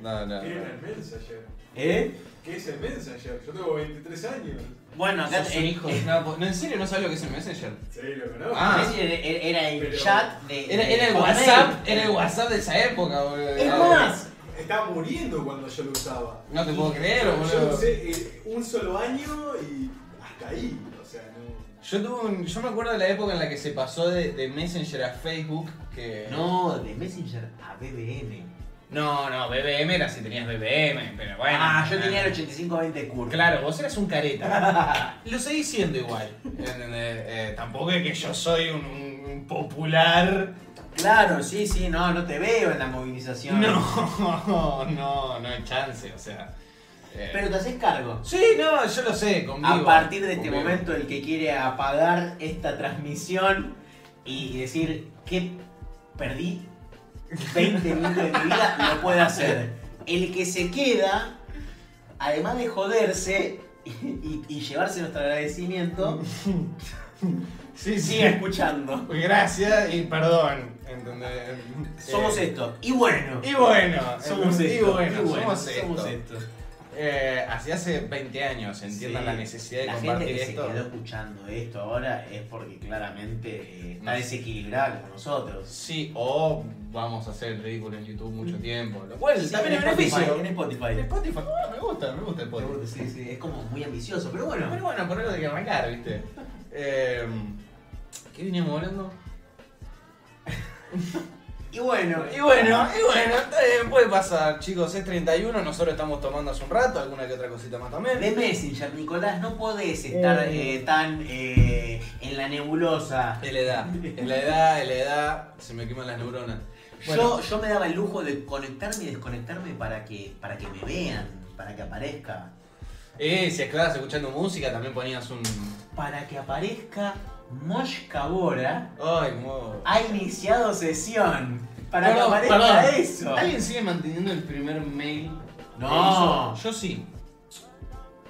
Speaker 6: No, no,
Speaker 7: ¿Qué
Speaker 6: no.
Speaker 7: era el Messenger?
Speaker 3: ¿Eh?
Speaker 7: ¿Qué es el Messenger? Yo tengo 23 años.
Speaker 3: Bueno, acá
Speaker 6: Sos un
Speaker 3: eh,
Speaker 6: hijo de- no, ¿En serio no sabes lo que es el Messenger?
Speaker 7: Sí, lo conozco.
Speaker 6: Ah.
Speaker 3: Messenger e- era el
Speaker 7: Pero-
Speaker 3: chat de.
Speaker 6: Era, era el
Speaker 3: de Hotmail.
Speaker 6: WhatsApp, era el WhatsApp de esa época, boludo.
Speaker 3: Es
Speaker 6: Ah,
Speaker 3: más,
Speaker 7: Estaba muriendo cuando yo lo usaba.
Speaker 6: No te puedo creer,
Speaker 7: Yo- Yo
Speaker 6: boludo.
Speaker 7: lo usé eh, un solo año y hasta ahí. O sea, no.
Speaker 6: Yo tuve un- yo me acuerdo de la época en la que se pasó de, de Messenger a Facebook que.
Speaker 3: No, de Messenger a BBM.
Speaker 2: No, no, BBM era si tenías BBM, pero bueno.
Speaker 3: ah, yo
Speaker 2: nada.
Speaker 3: tenía el 85-20 curva.
Speaker 2: Claro, vos eras un careta. Lo seguís siendo igual. ¿entendés? Eh, tampoco es que yo soy un, un popular.
Speaker 3: Claro, sí, sí, no, no te veo en la movilización.
Speaker 2: No, no, no hay chance, o sea. eh,
Speaker 3: Pero te haces cargo.
Speaker 2: Sí, no, yo lo sé, conmigo.
Speaker 3: A partir de este
Speaker 2: conmigo.
Speaker 3: momento, el que quiere apagar esta transmisión y decir que perdí 20 minutos de mi vida, lo puede hacer. El que se queda, además de joderse y, y- y llevarse nuestro agradecimiento,
Speaker 2: Sí, sí, Pues
Speaker 3: sigue escuchando.
Speaker 2: gracias y perdón. ¿entendés?
Speaker 3: Somos
Speaker 2: Eh,
Speaker 3: esto. Y bueno.
Speaker 2: Y bueno,
Speaker 3: Somos
Speaker 2: y
Speaker 3: esto.
Speaker 2: bueno,
Speaker 3: y bueno,
Speaker 2: somos esto. Eh, así hace 20 años, entiendan
Speaker 3: Sí.
Speaker 2: la necesidad de
Speaker 3: La gente
Speaker 2: compartir
Speaker 3: que
Speaker 2: esto.
Speaker 3: se quedó escuchando esto ahora es porque claramente eh, está
Speaker 2: Nos-
Speaker 3: desequilibrada como nosotros.
Speaker 2: Sí, o vamos a hacer el ridículo en YouTube mucho tiempo. Lo cual
Speaker 3: Mm. Sí,
Speaker 2: también es
Speaker 3: en Spotify.
Speaker 2: beneficio.
Speaker 3: En
Speaker 2: En
Speaker 3: Spotify.
Speaker 2: Spotify, ah, me gusta, me gusta el podcast.
Speaker 3: Sí, sí, es como muy ambicioso, pero bueno.
Speaker 2: Pero bueno, por algo de que arrancar, ¿viste? Eh, ¿Qué veníamos hablando?
Speaker 3: Y bueno,
Speaker 2: Y bueno, y bueno, está bien, puede pasar, chicos. Es 31, nosotros estamos tomando hace un rato, alguna que otra cosita más también.
Speaker 3: de Messenger, Nicolás, no podés estar eh, tan eh, en la nebulosa.
Speaker 2: Es la edad, es la edad, es la edad, se me queman las neuronas. Bueno.
Speaker 3: Yo, yo me daba el lujo de conectarme y desconectarme para que, para que me vean, para que aparezca.
Speaker 2: Eh, si estabas escuchando música, también ponías un.
Speaker 3: Para que aparezca Moshka Bora.
Speaker 2: Ay, mo.
Speaker 3: ha iniciado sesión. Ah, Para
Speaker 2: Perdón,
Speaker 3: que aparezca
Speaker 2: perdón.
Speaker 3: eso.
Speaker 2: ¿Alguien sigue manteniendo el primer mail?
Speaker 3: No.
Speaker 2: Yo sí.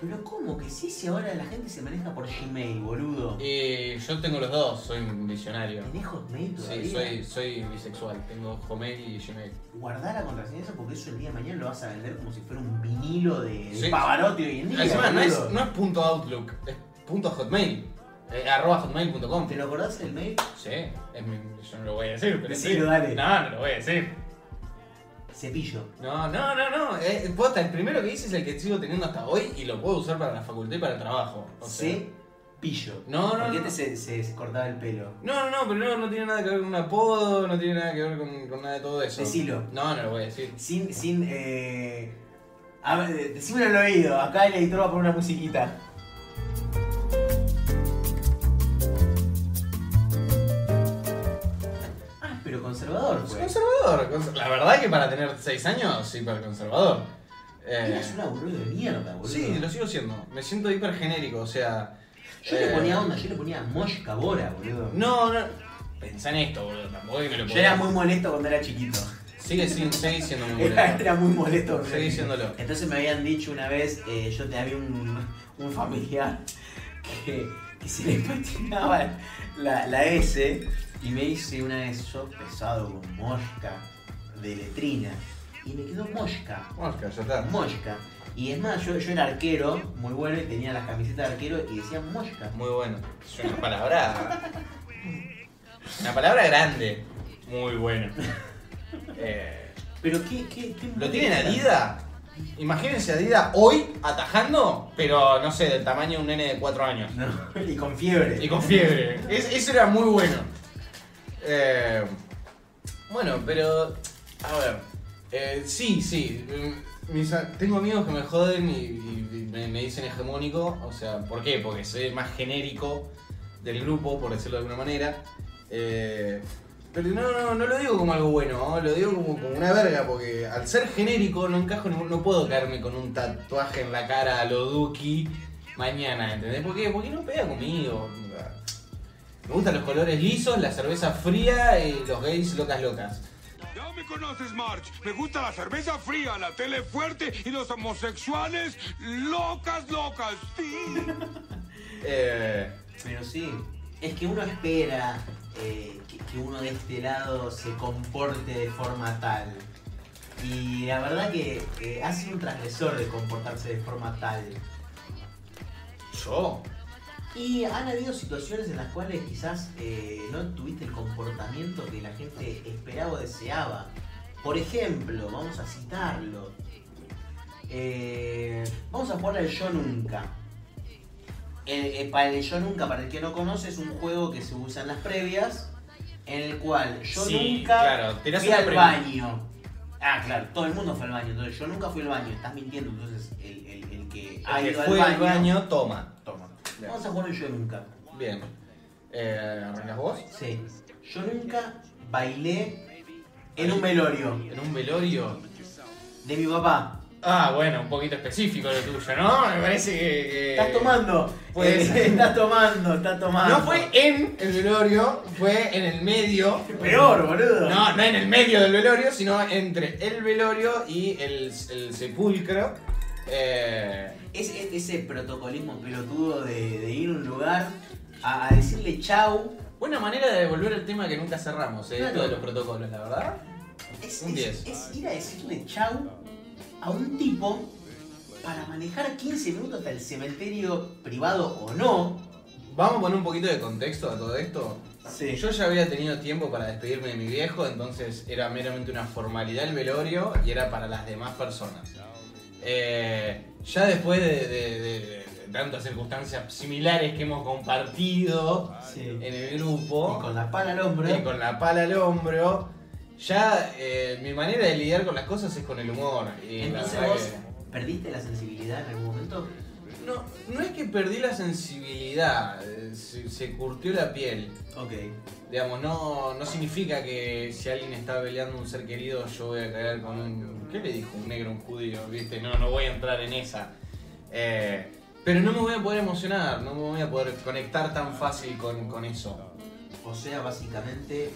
Speaker 3: Pero ¿cómo que sí si ahora la gente se maneja por Gmail, boludo?
Speaker 2: Eh, yo tengo los dos, soy un visionario.
Speaker 3: ¿Tenés Hotmail todavía?
Speaker 2: Sí, soy, soy bisexual, tengo Gmail y Gmail.
Speaker 3: Guardá la contraseña eso porque eso el día de mañana lo vas a vender como si fuera un vinilo de, de
Speaker 2: Sí.
Speaker 3: Pavarotti hoy en día.
Speaker 2: Encima no es,
Speaker 3: boludo.
Speaker 2: no es punto Outlook, es punto Hotmail. Eh, arroba hotmail.com.
Speaker 3: ¿Te lo acordás del mail?
Speaker 2: Sí, es mi- yo no lo voy a decir, pero
Speaker 3: Decilo,
Speaker 2: sí.
Speaker 3: dale.
Speaker 2: No, no lo voy a decir.
Speaker 3: Cepillo.
Speaker 2: No, no, no, no. Eh, posta, el primero que hice es el que sigo teniendo hasta hoy y lo puedo usar para la facultad y para el trabajo. O sea,
Speaker 3: Cepillo.
Speaker 2: No, no,
Speaker 3: Porque
Speaker 2: no.
Speaker 3: este se, se- se cortaba el pelo.
Speaker 2: No, no, no, pero no, no tiene nada que ver con un apodo, no tiene nada que ver con, con nada de todo eso.
Speaker 3: Decilo.
Speaker 2: No, no lo voy a decir.
Speaker 3: Sin, sin, eh... a ver, decímelo al oído. Acá el editor va a poner una musiquita. Ah, pero conservador,
Speaker 2: Es
Speaker 3: güey.
Speaker 2: Conservador. cons- La verdad que para tener 6 años, hiperconservador. Eh,
Speaker 3: Eras un aburrido de mierda, boludo.
Speaker 2: sí, lo sigo siendo. Me siento hiper genérico, o sea.
Speaker 3: Yo le
Speaker 2: eh,
Speaker 3: ponía onda, yo le ponía Moshka Bora, boludo.
Speaker 2: No, no. Pensá en esto, boludo. Tampoco es que me lo
Speaker 3: Yo era muy molesto cuando era chiquito.
Speaker 2: Sigue, sin- sigue siendo muy
Speaker 3: Era, este
Speaker 2: molesto.
Speaker 3: era muy molesto cuando era
Speaker 2: Sigue
Speaker 3: chiquito.
Speaker 2: siéndolo.
Speaker 3: Entonces me habían dicho una vez, eh, yo te había un, un familiar que, que se le patinaba la, la S y me hice una vez yo pesado con mosca de letrina y me quedó mosca,
Speaker 2: Mosca, ya está.
Speaker 3: mosca. Y es más, yo, yo era arquero, muy bueno, y tenía las camisetas de arquero y decía mosca.
Speaker 2: Muy bueno. Es una palabra. Una palabra grande. Muy bueno. Eh,
Speaker 3: Pero qué, qué, qué
Speaker 2: ¿Lo tienen
Speaker 3: molesta.
Speaker 2: Adidas? Imagínense Adidas hoy atajando, pero no sé, del tamaño de un nene de 4 años.
Speaker 3: No, y con fiebre.
Speaker 2: Y con fiebre. Es- eso era muy bueno. Eh, bueno, pero. A ver. eh, sí, sí. mm, mis a- tengo amigos que me joden y, y- y me, me dicen hegemónico. O sea, ¿por qué? Porque soy el más genérico del grupo, por decirlo de alguna manera. Eh,
Speaker 8: Pero no, no, no lo digo como algo bueno, ¿no? lo digo como, como una verga, porque al ser genérico no encajo, en un- no puedo quedarme con un tatuaje en la cara a lo Duki mañana, ¿entendés? ¿Por qué? Porque no pega conmigo. Me gustan los colores lisos, la cerveza fría y los gays locas locas.
Speaker 9: Ya me conoces, March. Me gusta la cerveza fría, la tele fuerte y los homosexuales locas, locas. Sí.
Speaker 8: Eh,
Speaker 3: Pero sí, es que uno espera eh, que, que uno de este lado se comporte de forma tal. Y la verdad que eh, ha sido un transgresor de comportarse de forma tal.
Speaker 8: yo,
Speaker 3: Y han habido situaciones en las cuales quizás eh, no tuviste el comportamiento que la gente esperaba o deseaba. Por ejemplo, vamos a citarlo. Eh, vamos a jugar al Yo Nunca. El- eh, para el Yo Nunca, para el que no conoce, es un juego que se usa en las previas, en el cual yo
Speaker 8: Sí,
Speaker 3: nunca
Speaker 8: claro, tirás
Speaker 3: fui
Speaker 8: una
Speaker 3: al
Speaker 8: premisa.
Speaker 3: baño. Ah, claro, todo el mundo fue al baño, entonces yo nunca fui al baño, estás mintiendo, entonces el, el- el que ha
Speaker 8: el que
Speaker 3: ido
Speaker 8: fue al baño, toma.
Speaker 3: toma.
Speaker 8: Bien.
Speaker 3: Vamos a jugar el Yo Nunca.
Speaker 8: Bien. Eh, ¿Arrancas vos?
Speaker 3: Sí. Yo nunca bailé en un velorio
Speaker 2: En un velorio.
Speaker 3: de mi papá.
Speaker 2: Ah, bueno, un poquito específico lo tuyo, ¿no? Me parece que. que-
Speaker 3: Estás tomando.
Speaker 2: pues-
Speaker 3: Eh, estás tomando, estás tomando.
Speaker 2: Eh, No fue en el velorio, fue en el medio.
Speaker 3: peor, boludo.
Speaker 2: No, no en el medio del velorio, sino entre el velorio y el, el sepulcro. Eh,
Speaker 3: Es, es- ese protocolismo pelotudo de, de ir a un lugar a, a decirle chau.
Speaker 2: buena manera de devolver el tema que nunca cerramos, eh,
Speaker 3: Claro.
Speaker 2: esto de los protocolos, la verdad.
Speaker 3: Es,
Speaker 2: Un
Speaker 3: es-
Speaker 2: 10.
Speaker 3: es ir a decirle chau a un tipo para manejar 15 minutos hasta el cementerio privado o no.
Speaker 2: Vamos a poner un poquito de contexto a todo esto.
Speaker 3: Sí.
Speaker 2: Yo ya había tenido tiempo para despedirme de mi viejo, entonces era meramente una formalidad el velorio y era para las demás personas. Eh, ya después de, de- de- de tantas circunstancias similares que hemos compartido en
Speaker 3: Y
Speaker 2: el grupo,
Speaker 3: con la pala al hombro.
Speaker 2: y con la pala al hombro, ya eh, mi manera de lidiar con las cosas es con el humor. Y la
Speaker 3: Entonces
Speaker 2: verdad
Speaker 3: vos
Speaker 2: que-
Speaker 3: perdiste la sensibilidad en algún momento.
Speaker 2: No, no es que perdí la sensibilidad, eh, se, se curtió la piel.
Speaker 3: Ok.
Speaker 2: Digamos, no, no significa que si alguien está peleando un ser querido, yo voy a caer con un. ¿Qué le dijo un negro, a un judío? ¿Viste? No, no voy a entrar en esa. Eh, pero no me voy a poder emocionar, no me voy a poder conectar tan fácil con, con eso.
Speaker 3: O sea, básicamente.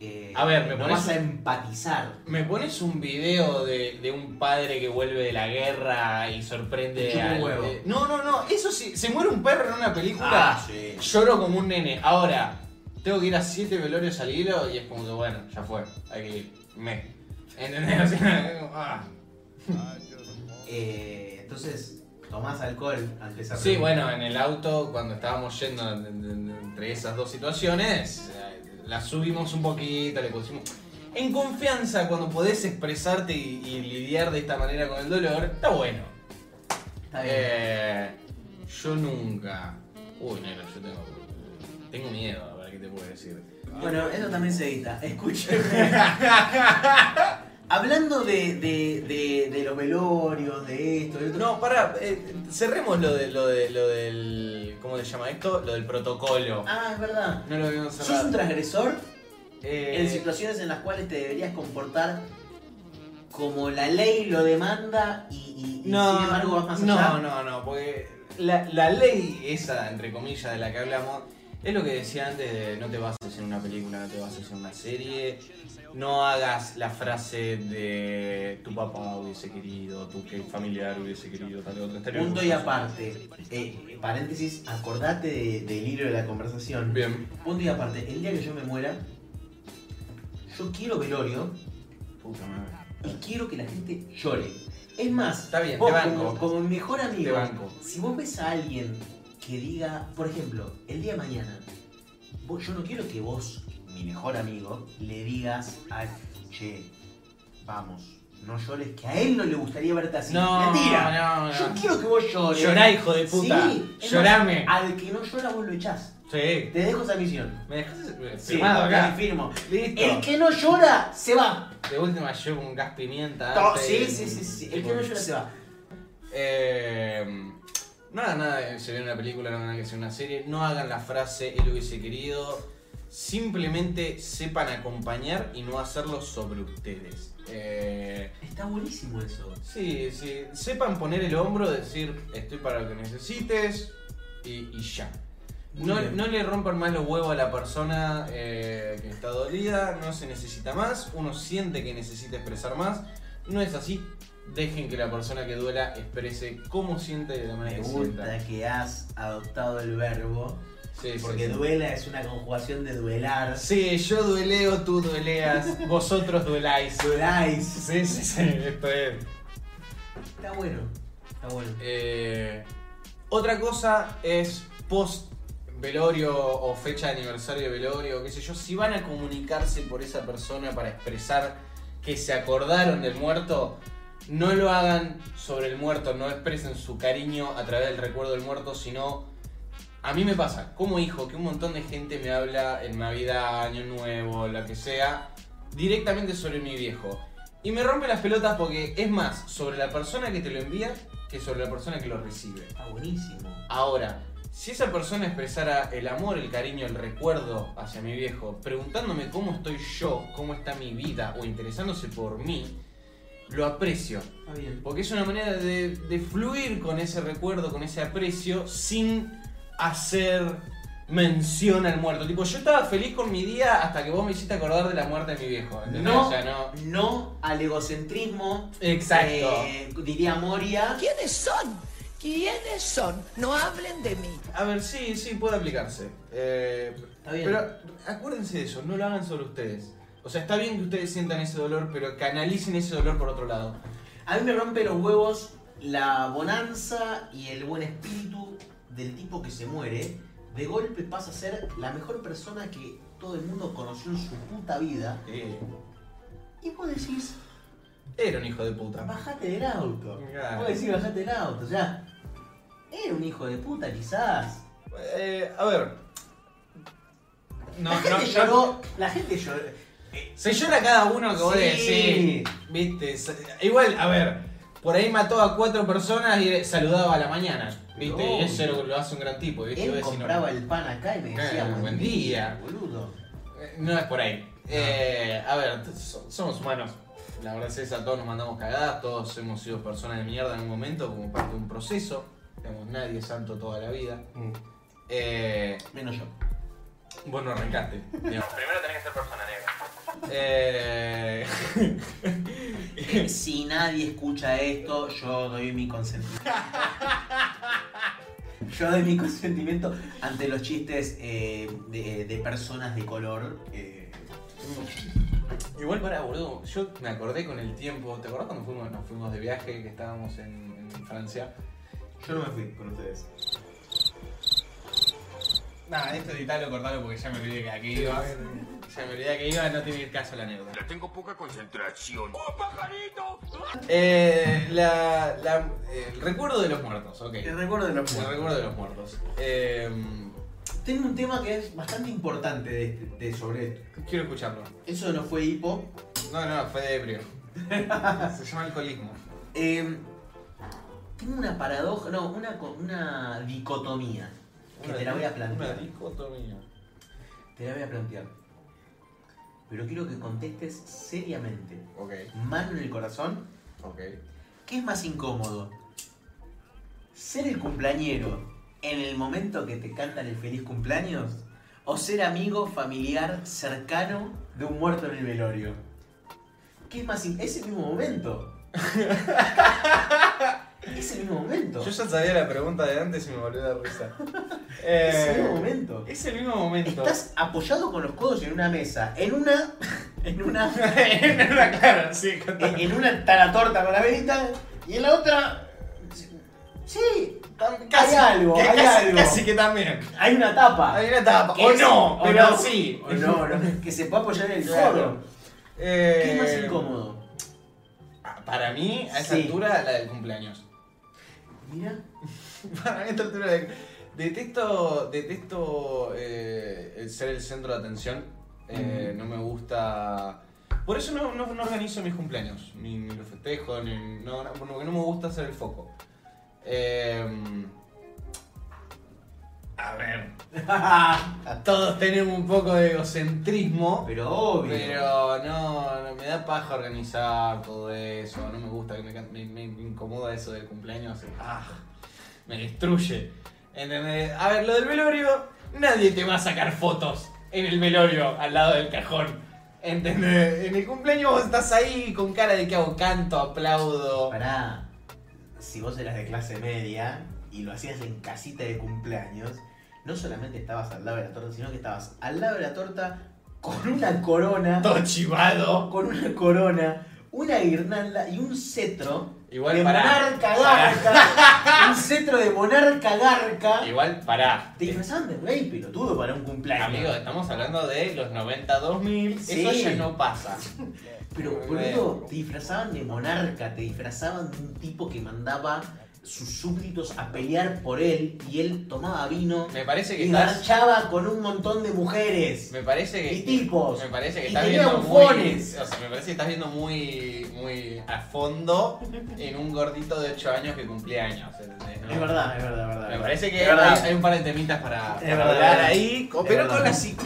Speaker 3: eh,
Speaker 2: A ver, me
Speaker 3: no
Speaker 2: pones-
Speaker 3: vas a empatizar.
Speaker 2: ¿Me pones un video de, de un padre que vuelve de la guerra y sorprende
Speaker 3: Te chupa un
Speaker 2: al-
Speaker 3: huevo.
Speaker 2: eh, No, no, no, eso sí, se muere un perro en una película.
Speaker 3: Ah, sí.
Speaker 2: Lloro como un nene. Ahora, tengo que ir a siete velorios al hilo y es como que bueno, ya fue. Hay que ir. Me. ¿Entendés? O sea, como, ah.
Speaker 3: eh, entonces, tomás alcohol al empezar.
Speaker 2: Sí, bueno, en el auto, cuando estábamos yendo en- en- en- entre esas dos situaciones, eh, la subimos un poquito, le pusimos. En confianza, cuando podés expresarte y, y lidiar de esta manera con el dolor, está bueno.
Speaker 3: Está bien.
Speaker 2: Eh, yo nunca. Uy, negro, yo tengo. Tengo miedo, a ver qué te puedo decir.
Speaker 3: Bueno, eso también se edita. Escúcheme. Hablando de, de, de, de los velorios, de esto, de otro.
Speaker 2: No, pará, eh, cerremos lo de lo de lo del. ¿Cómo se llama esto? Lo del protocolo.
Speaker 3: Ah, es verdad.
Speaker 2: No lo habíamos
Speaker 3: ¿Sos
Speaker 2: cerrado.
Speaker 3: un transgresor
Speaker 2: Eh,
Speaker 3: en situaciones en las cuales te deberías comportar como la ley lo demanda y, y- y
Speaker 2: no,
Speaker 3: sin embargo vas más
Speaker 2: no,
Speaker 3: allá?
Speaker 2: no, no, porque la, la ley esa, entre comillas, de la que hablamos, es lo que decía antes de no te bases en una película, no te bases en una serie, no hagas la frase de tu papá hubiese querido, tu que- familiar hubiese querido, tal otra. estaría
Speaker 3: Punto y
Speaker 2: orgulloso.
Speaker 3: aparte, eh, paréntesis, acordate de- del hilo de la conversación.
Speaker 2: Bien.
Speaker 3: Punto y aparte, el día que yo me muera, yo quiero velorio
Speaker 2: Puta madre.
Speaker 3: y quiero que la gente llore. Es más,
Speaker 2: Está bien,
Speaker 3: vos
Speaker 2: te banco.
Speaker 3: Como, como mi mejor
Speaker 2: Te
Speaker 3: amigo,
Speaker 2: banco.
Speaker 3: si vos ves a alguien que diga, por ejemplo, el día de mañana, vos- yo no quiero que vos, mi mejor amigo, le digas a che, vamos, no llores, que a él no le gustaría verte así. Mentira.
Speaker 2: no, no.
Speaker 3: Yo quiero que vos llores.
Speaker 2: Llorá, hijo de puta.
Speaker 3: Sí, es
Speaker 2: Llorame.
Speaker 3: Al que no llora vos lo echás.
Speaker 2: Sí.
Speaker 3: Te dejo esa misión.
Speaker 2: Me dejaste
Speaker 3: Sí,
Speaker 2: firmado acá.
Speaker 3: te firmo.
Speaker 2: Listo.
Speaker 3: El que no llora se va.
Speaker 2: De última yo con gas pimienta.
Speaker 3: No,
Speaker 2: antes.
Speaker 3: sí, sí, sí, sí. El que no llora se va.
Speaker 2: Eh, nada, nada, se ve en una película, nada que sea una serie. No hagan la frase él hubiese querido. simplemente sepan acompañar y no hacerlo sobre ustedes. Eh,
Speaker 3: Está buenísimo eso.
Speaker 2: sí, sí, sepan poner el hombro, decir estoy para lo que necesites y, y ya. No, no le rompan más los huevos a la persona eh, que está dolida, no se necesita más, uno siente que necesita expresar más, no es así. Dejen que la persona que duela exprese cómo siente de la manera
Speaker 3: Me
Speaker 2: que
Speaker 3: gusta
Speaker 2: sienta.
Speaker 3: que has adoptado el verbo.
Speaker 2: Sí, sí,
Speaker 3: Porque
Speaker 2: sí.
Speaker 3: duela es una conjugación de duelar.
Speaker 2: Sí, yo dueleo, tú dueleas, vosotros dueláis.
Speaker 3: Dueláis.
Speaker 2: Sí, sí, sí, esto es.
Speaker 3: Está bueno. Está bueno.
Speaker 2: Eh, otra cosa es post velorio o fecha de aniversario de velorio, qué sé yo, si van a comunicarse por esa persona para expresar que se acordaron del muerto, no lo hagan sobre el muerto, no expresen su cariño a través del recuerdo del muerto, sino a mí me pasa, como hijo, que un montón de gente me habla en Navidad, Año Nuevo, lo que sea, directamente sobre mi viejo. Y me rompe las pelotas porque es más sobre la persona que te lo envía que sobre la persona que lo recibe.
Speaker 3: Está buenísimo.
Speaker 2: Ahora, si esa persona expresara el amor, el cariño, el recuerdo hacia mi viejo, preguntándome cómo estoy yo, cómo está mi vida o interesándose por mí, lo aprecio.
Speaker 3: Está bien.
Speaker 2: Porque es una manera de, de fluir con ese recuerdo, con ese aprecio, sin hacer mención al muerto. Tipo, yo estaba feliz con mi día hasta que vos me hiciste acordar de la muerte de mi viejo. ¿entendés?
Speaker 3: No.
Speaker 2: O sea, no.
Speaker 3: No al egocentrismo.
Speaker 2: Exacto.
Speaker 3: eh, diría Moria.
Speaker 10: ¿Quiénes son? ¿Quiénes son? No hablen de mí.
Speaker 2: A ver, sí, sí, puede aplicarse. Eh,
Speaker 3: Está bien.
Speaker 2: Pero acuérdense de eso, no lo hagan sobre ustedes. O sea, está bien que ustedes sientan ese dolor, pero canalicen ese dolor por otro lado.
Speaker 3: A mí me rompe los huevos la bonanza y el buen espíritu del tipo que se muere. De golpe pasa a ser la mejor persona que todo el mundo conoció en su puta vida.
Speaker 2: Eh,
Speaker 3: Y vos decís,
Speaker 2: era un hijo de puta.
Speaker 3: bajate del auto.
Speaker 2: Claro.
Speaker 3: Vos decís, bajate del auto, ya. Era un hijo de puta, quizás.
Speaker 2: Eh, a ver. No,
Speaker 3: la gente
Speaker 2: no,
Speaker 3: lloró. La gente lloró.
Speaker 2: Se llora cada uno que vos
Speaker 3: Sí.
Speaker 2: decís. Viste, se- igual, a ver, por ahí mató a cuatro personas y saludaba a la mañana. Viste, y eso lo, lo hace un gran tipo. ¿viste? Vos
Speaker 3: Él
Speaker 2: decís, no,
Speaker 3: compraba el pan acá y me
Speaker 2: Claro,
Speaker 3: decía,
Speaker 2: buen
Speaker 3: buen
Speaker 2: día".
Speaker 3: día, boludo.
Speaker 2: Eh, No es por ahí. Eh, a ver, t- so- somos humanos. La verdad es esa, todos nos mandamos cagadas, todos hemos sido personas de mierda en un momento como parte de un proceso. Digamos, nadie es santo toda la vida. Eh,
Speaker 3: Menos yo.
Speaker 2: Mm. vos no arrancaste. Primero tenés que ser persona negra. Eh,
Speaker 3: si nadie escucha esto, yo doy mi consentimiento. Yo doy mi consentimiento ante los chistes eh, de, de personas de color. eh.
Speaker 2: Igual para boludo, yo me acordé con el tiempo, ¿te acordás cuando fuimos, nos fuimos de viaje que estábamos en, en Francia?
Speaker 11: Yo no me fui con ustedes.
Speaker 2: Nah, esto editalo, cortalo porque ya me olvidé que aquí iba. Ya me olvidé que iba, no tiene caso la anécdota.
Speaker 12: Tengo poca concentración.
Speaker 2: Eh, la, la- eh, el recuerdo de los muertos, ok.
Speaker 3: Te
Speaker 2: El
Speaker 3: recuerdo de los
Speaker 2: recuerdo de los muertos. Em,
Speaker 3: Tengo un tema que es bastante importante de, este- de- sobre esto.
Speaker 2: quiero escucharlo.
Speaker 3: Eso no fue hipo.
Speaker 2: No, no, fue de ebrio. Se llama alcoholismo.
Speaker 3: Eh, tengo una paradoja, no, una, co- una dicotomía. Que te la voy a plantear.
Speaker 2: Una dicotomía.
Speaker 3: Te la voy a plantear. Pero quiero que contestes seriamente.
Speaker 2: Ok,
Speaker 3: Mano en el corazón.
Speaker 2: ok.
Speaker 3: ¿Qué es más incómodo? ¿Ser el cumpleañero en el momento que te cantan el feliz cumpleaños? ¿O ser amigo, familiar, cercano de un muerto en el velorio? ¿Qué es más in- Es el mismo momento. es el mismo momento.
Speaker 2: Yo ya sabía la pregunta de antes y me volvió de risa.
Speaker 3: Es el mismo
Speaker 2: Eh,
Speaker 3: momento.
Speaker 2: es el mismo momento.
Speaker 3: Estás apoyado con los codos en una mesa. En una. En una.
Speaker 2: Eh, claro, sí, con-
Speaker 3: En, en una está la torta con la velita y en la otra. Sí,
Speaker 2: casi-
Speaker 3: hay algo, hay
Speaker 2: casi-
Speaker 3: algo.
Speaker 2: Casi que también.
Speaker 3: hay una tapa.
Speaker 2: Hay una tapa.
Speaker 3: Que
Speaker 2: O
Speaker 3: es-
Speaker 2: no,
Speaker 3: o
Speaker 2: pero
Speaker 3: no,
Speaker 2: sí.
Speaker 3: o no, no, que se pueda apoyar en el
Speaker 2: Claro.
Speaker 3: codo.
Speaker 2: Eh,
Speaker 3: ¿Qué es más incómodo?
Speaker 2: Para mí, a esa
Speaker 3: Sí.
Speaker 2: altura, la del cumpleaños.
Speaker 3: Mira,
Speaker 2: Para mí, a esta altura, de- detesto, detesto eh, el ser el centro de atención. Eh, No me gusta. Por eso no, no- no organizo mis cumpleaños, ni, ni los festejo, ni, no, no- porque no me gusta ser el foco. Eh, Em, a ver, Todos tenemos un poco de egocentrismo.
Speaker 3: Pero obvio.
Speaker 2: Pero no, no, me da paja organizar todo eso, no me gusta, me, can- me- me incomoda eso del cumpleaños, ah, me destruye. ¿Entendés? A ver, lo del velorio, nadie te va a sacar fotos en el velorio al lado del cajón. ¿Entendés? En el cumpleaños vos estás ahí con cara de que hago canto, aplaudo.
Speaker 3: Pará. Si vos eras de clase media y lo hacías en casita de cumpleaños, no solamente estabas al lado de la torta, sino que estabas al lado de la torta con una corona.
Speaker 2: Todo chivado.
Speaker 3: Con una corona, una guirnalda y un cetro.
Speaker 2: Igual
Speaker 3: de
Speaker 2: pará.
Speaker 3: monarca garca. un cetro de monarca garca.
Speaker 2: Igual pará.
Speaker 3: Te disfrazaban de rey pelotudo para un cumpleaños.
Speaker 2: Amigos, estamos hablando de los 90 2000. Eso
Speaker 3: Sí.
Speaker 2: ya no pasa. eh,
Speaker 3: Pero boludo, te disfrazaban de monarca, te disfrazaban de un tipo que mandaba sus súbditos a pelear por él y él tomaba vino
Speaker 2: Me parece que
Speaker 3: y
Speaker 2: estás.
Speaker 3: marchaba con un montón de mujeres.
Speaker 2: Me parece que.
Speaker 3: Y tipos.
Speaker 2: Me parece que
Speaker 3: Y
Speaker 2: estás
Speaker 3: tenía
Speaker 2: viendo
Speaker 3: bufones.
Speaker 2: muy. O sea, me parece que estás viendo muy. muy a fondo en un gordito de 8 años que cumple años. ¿entendés, no?
Speaker 3: Es verdad, es verdad, es verdad.
Speaker 2: Me parece que
Speaker 3: Es
Speaker 2: hay,
Speaker 3: verdad.
Speaker 2: hay un par de temitas para, para
Speaker 3: verdad.
Speaker 2: hablar ahí, co-
Speaker 3: Es
Speaker 2: pero
Speaker 3: verdad.
Speaker 2: con la psico.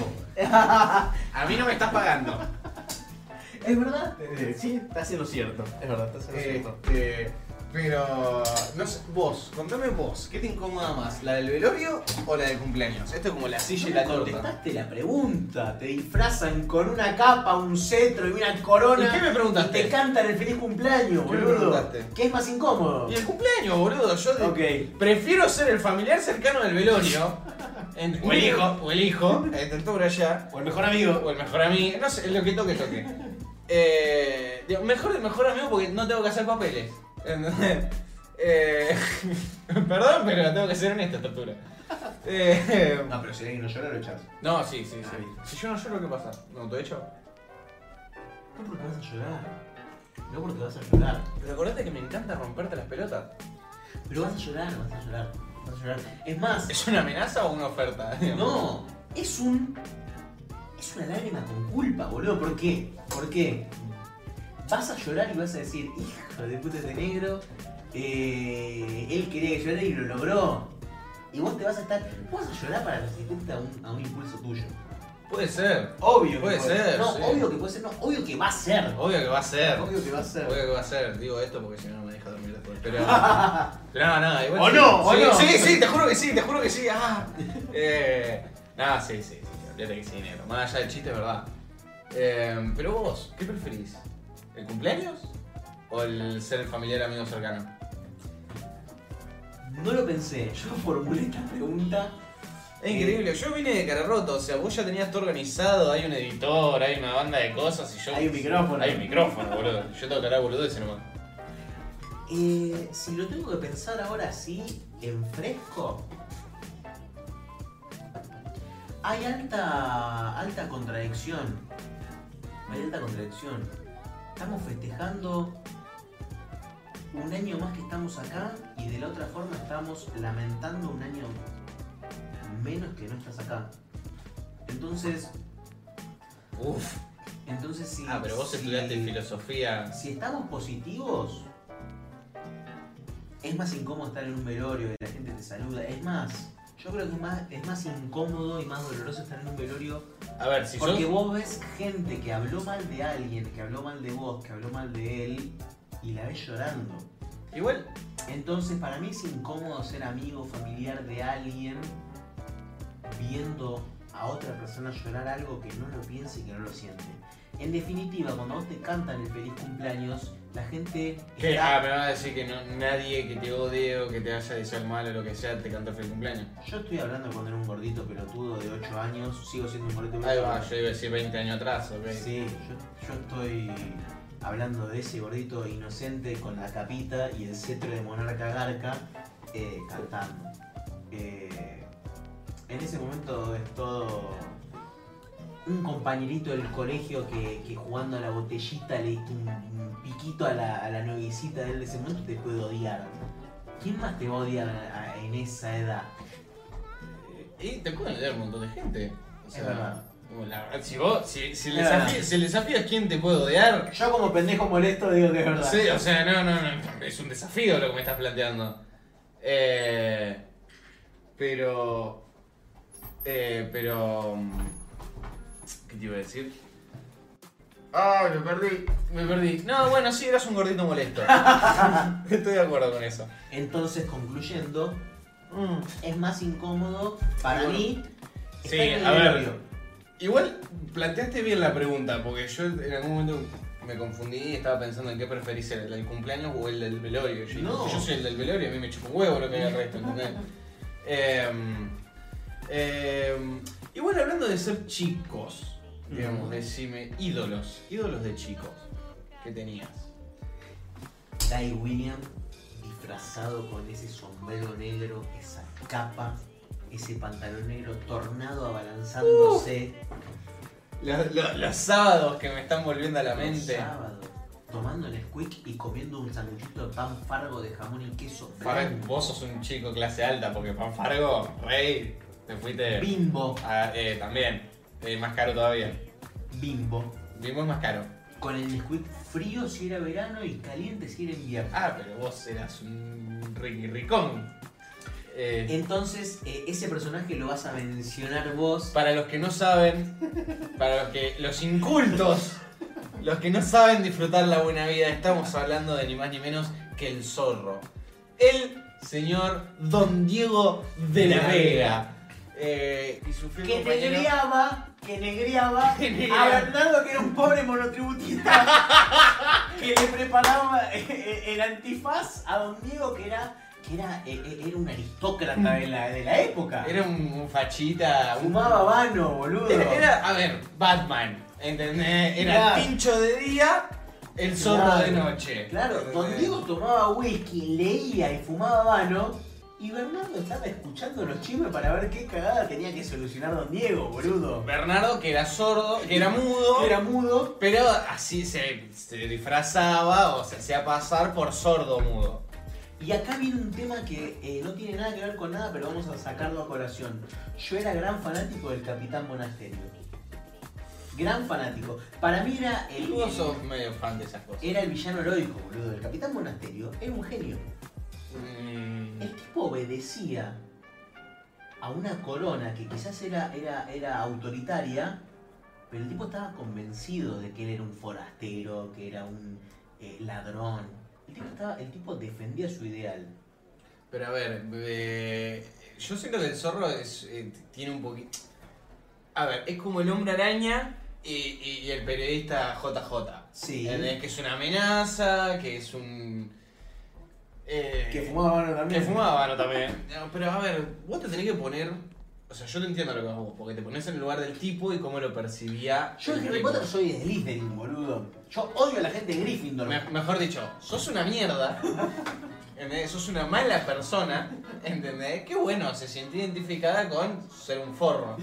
Speaker 2: A mí no me estás pagando.
Speaker 3: Es verdad.
Speaker 13: Sí, está haciendo cierto. Es verdad, está haciendo cierto.
Speaker 14: Este, pero. No sé, vos, contame vos, ¿qué te incomoda más? ¿La del velorio o la del cumpleaños? Esto es como la silla
Speaker 3: No
Speaker 14: y
Speaker 3: me
Speaker 14: la torta.
Speaker 3: contestaste la pregunta. Te disfrazan con una capa, un cetro y una corona.
Speaker 2: ¿Y qué me preguntaste?
Speaker 3: y te cantan el feliz cumpleaños,
Speaker 14: ¿Qué me
Speaker 3: boludo.
Speaker 14: preguntaste?
Speaker 3: ¿Qué es más incómodo?
Speaker 2: Y el cumpleaños, boludo. Yo de-
Speaker 3: Ok.
Speaker 2: prefiero ser el familiar cercano del velorio. en- o el hijo, o el hijo. eh, tanto por allá.
Speaker 3: O el mejor amigo.
Speaker 2: O el mejor amigo, no sé, lo que toque, toque. Eh, digo, mejor el mejor amigo porque no tengo que hacer papeles. ¿entendés? Eh, perdón, pero tengo que ser honesto a esta altura. Eh,
Speaker 3: No, pero si alguien no llora, lo echas.
Speaker 2: no, sí, sí, sí. Si yo no lloro, ¿qué pasa? No, te hecho.
Speaker 3: No porque vas a llorar. No porque vas a llorar.
Speaker 2: Pero acordate que me encanta romperte las pelotas.
Speaker 3: Pero vas a llorar, vas a llorar. Vas a llorar. Es más,
Speaker 2: ¿Es una amenaza o una oferta? digamos?
Speaker 3: no. Es un. Es una lágrima con culpa, boludo. ¿Por qué? ¿Por qué? Vas a llorar y vas a decir, hijo de puta de negro. eh, él quería que llorara y lo logró. Y vos te vas a estar. Vos vas a llorar para resistirte a un, a un impulso tuyo.
Speaker 2: Puede ser.
Speaker 3: Obvio que
Speaker 2: Puede ser,
Speaker 3: No,
Speaker 2: sí.
Speaker 3: obvio que puede ser, no, obvio que va a ser.
Speaker 2: Obvio que va a ser.
Speaker 3: Obvio que va a ser.
Speaker 2: Obvio que va a ser. Digo esto porque si no, no me deja dormir después. Pero. pero no, no, igual.
Speaker 3: ¿O
Speaker 2: sí.
Speaker 3: no? ¿O
Speaker 2: Sí,
Speaker 3: no?
Speaker 2: sí, sí, te juro que sí, te juro que sí. Ah. Eh, no, sí, sí, sí. Olvídate que sí, negro. Más allá del chiste, es verdad. Eh, pero vos, ¿qué preferís? ¿El cumpleaños? ¿O el ser el familiar amigo cercano?
Speaker 3: No lo pensé, yo formulé esta pregunta.
Speaker 2: Es increíble, yo vine de cara roto, o sea, vos ya tenías todo organizado, hay un editor, hay una banda de cosas y yo.
Speaker 3: Hay un micrófono.
Speaker 2: Hay un micrófono, boludo. Yo tengo que hablar boludo ese nomás.
Speaker 3: Eh, si lo tengo que pensar ahora sí, en fresco. Hay alta, alta contradicción. Hay alta contradicción. Estamos festejando un año más que estamos acá y de la otra forma estamos lamentando un año menos que no estás acá. Entonces,
Speaker 2: Uf.
Speaker 3: entonces sí.
Speaker 2: Ah, pero vos estudiaste filosofía.
Speaker 3: Si estamos positivos, es más incómodo estar en un velorio, que la gente te saluda. Es más, yo creo que es más, es más incómodo y más doloroso estar en un velorio
Speaker 2: A ver, si
Speaker 3: porque
Speaker 2: sos.
Speaker 3: vos ves gente que habló mal de alguien, que habló mal de vos, que habló mal de él y la ves llorando.
Speaker 2: Igual.
Speaker 3: Entonces, para mí es incómodo ser amigo, familiar de alguien viendo a otra persona llorar algo que no lo piensa y que no lo siente. En definitiva, cuando a vos te cantan el feliz cumpleaños, la gente
Speaker 2: ¿Qué?
Speaker 3: está-
Speaker 2: Ah, me vas a decir que no, nadie que te odie o que te haya deseado mal o lo que sea te cantó feliz cumpleaños.
Speaker 3: Yo estoy hablando cuando era un gordito pelotudo de 8 años, sigo siendo un gordito
Speaker 2: Ahí
Speaker 3: pelotudo.
Speaker 2: va, yo iba a decir 20 años atrás, ok.
Speaker 3: Sí, Pues, yo, yo estoy hablando de ese gordito inocente con la capita y el cetro de monarca garca eh, cantando. Eh, en ese momento es todo un compañerito del colegio que, que jugando a la botellita le diste un, un piquito a la, a la noviecita de él de ese momento te puede odiar. ¿Quién más te va a odiar a- a- en esa edad?
Speaker 2: Y te pueden odiar un montón de gente. O sea,
Speaker 3: Es verdad.
Speaker 2: como la verdad, si vos, si, si
Speaker 3: Es
Speaker 2: les
Speaker 3: verdad.
Speaker 2: afí- si les desafías quién te puede odiar,
Speaker 3: Yo como pendejo molesto digo que es
Speaker 2: no
Speaker 3: verdad.
Speaker 2: sé, o sea, no, no, no, es un desafío lo que me estás planteando. Eh, pero Eh, pero. ¿Qué te iba a decir? ¡Ay, me perdí! Me perdí. No, bueno, sí, eras un gordito molesto. Estoy de acuerdo con eso.
Speaker 3: Entonces, concluyendo, mm, es más incómodo para
Speaker 2: Bueno.
Speaker 3: mí.
Speaker 2: Sí,
Speaker 3: estar en el
Speaker 2: a ver.
Speaker 3: medio.
Speaker 2: Igual planteaste bien la pregunta, porque yo en algún momento me confundí y estaba pensando en qué preferís, el del cumpleaños o el del velorio. Yo,
Speaker 3: No.
Speaker 2: yo soy el del velorio, a mí me chupa un huevo lo que haga el resto, ¿entendés? Em, em, igual hablando de ser chicos, digamos, decime, ídolos, ídolos de chicos que tenías.
Speaker 3: Guy William disfrazado con ese sombrero negro, esa capa, ese pantalón negro tornado abalanzándose
Speaker 2: Uh, Los, los- los sábados que me están volviendo a la
Speaker 3: los
Speaker 2: mente.
Speaker 3: sábados, tomando Nesquik y comiendo un sanduchito de pan fargo de jamón y queso
Speaker 2: Para,
Speaker 3: blanco.
Speaker 2: vos sos un chico clase alta, porque Pan Fargo, rey, te fuiste.
Speaker 3: Bimbo,
Speaker 2: Ah, eh, también. Eh, más caro todavía.
Speaker 3: bimbo.
Speaker 2: Bimbo es más caro.
Speaker 3: Con el Nesquik frío si era verano y caliente si era invierno.
Speaker 2: Ah, pero vos eras un riquirricón. Eh,
Speaker 3: Entonces, eh, ese personaje lo vas a mencionar vos.
Speaker 2: para los que no saben, para los que los incultos, los que no saben disfrutar la buena vida, estamos hablando de ni más ni menos que el zorro. El señor Don Diego de la Vega. Eh, y su fiel
Speaker 3: Que
Speaker 2: compañero-
Speaker 3: negreaba, que negreaba
Speaker 2: Que
Speaker 3: a
Speaker 2: negreaba.
Speaker 3: Bernardo, que era un pobre monotributista, que le preparaba eh, eh, el antifaz a Don Diego, que era, que era, eh, eh, era un aristócrata de la, de la época.
Speaker 2: Era un, un fachita, un
Speaker 3: Fumaba vano, boludo.
Speaker 2: Era, era, a ver, Batman, ¿entendés? Era
Speaker 3: Claro.
Speaker 2: Pincho de día, el zorro
Speaker 3: Claro.
Speaker 2: de noche.
Speaker 3: Claro, Don
Speaker 2: ¿entendés?
Speaker 3: Diego tomaba whisky, leía y fumaba vano. Y Bernardo estaba escuchando los chismes para ver qué cagada tenía que solucionar Don Diego, boludo.
Speaker 2: Bernardo, que era sordo, que era mudo,
Speaker 3: Era mudo.
Speaker 2: pero así se, se disfrazaba o se hacía pasar por sordo mudo.
Speaker 3: Y acá viene un tema que eh, no tiene nada que ver con nada, pero vamos a sacarlo a colación. Yo era gran fanático del Capitán Monasterio. Gran fanático. Para mí era el,
Speaker 2: Vos sos medio fan de esas cosas.
Speaker 3: era el villano heroico, boludo. El Capitán Monasterio era un genio.
Speaker 2: Mm,
Speaker 3: El tipo obedecía a una corona que quizás era, era, era autoritaria, pero el tipo estaba convencido de que él era un forastero, que era un eh, ladrón. El tipo, estaba, el tipo defendía su ideal.
Speaker 2: pero a ver, eh, yo siento que el zorro es, eh, tiene un poquito... A ver, es como el hombre araña y, y- y el periodista JJ.
Speaker 3: Sí.
Speaker 2: ¿Entendés? Que es una amenaza, que es un. eh,
Speaker 3: Que fumaba bueno también.
Speaker 2: que fumaba habano también. No, Pero a ver, vos te tenés que poner. O sea, yo te entiendo lo que vas vos, porque te pones en el lugar del tipo y cómo lo percibía.
Speaker 3: Yo
Speaker 2: el
Speaker 3: en Harry
Speaker 2: tipo.
Speaker 3: Potter soy de Slytherin, boludo. Yo odio a la gente de Gryffindor.
Speaker 2: Me- mejor dicho, sos una mierda. ¿Entendés? Sos una mala persona. ¿Entendés? Qué bueno, se siente identificada con ser un forro.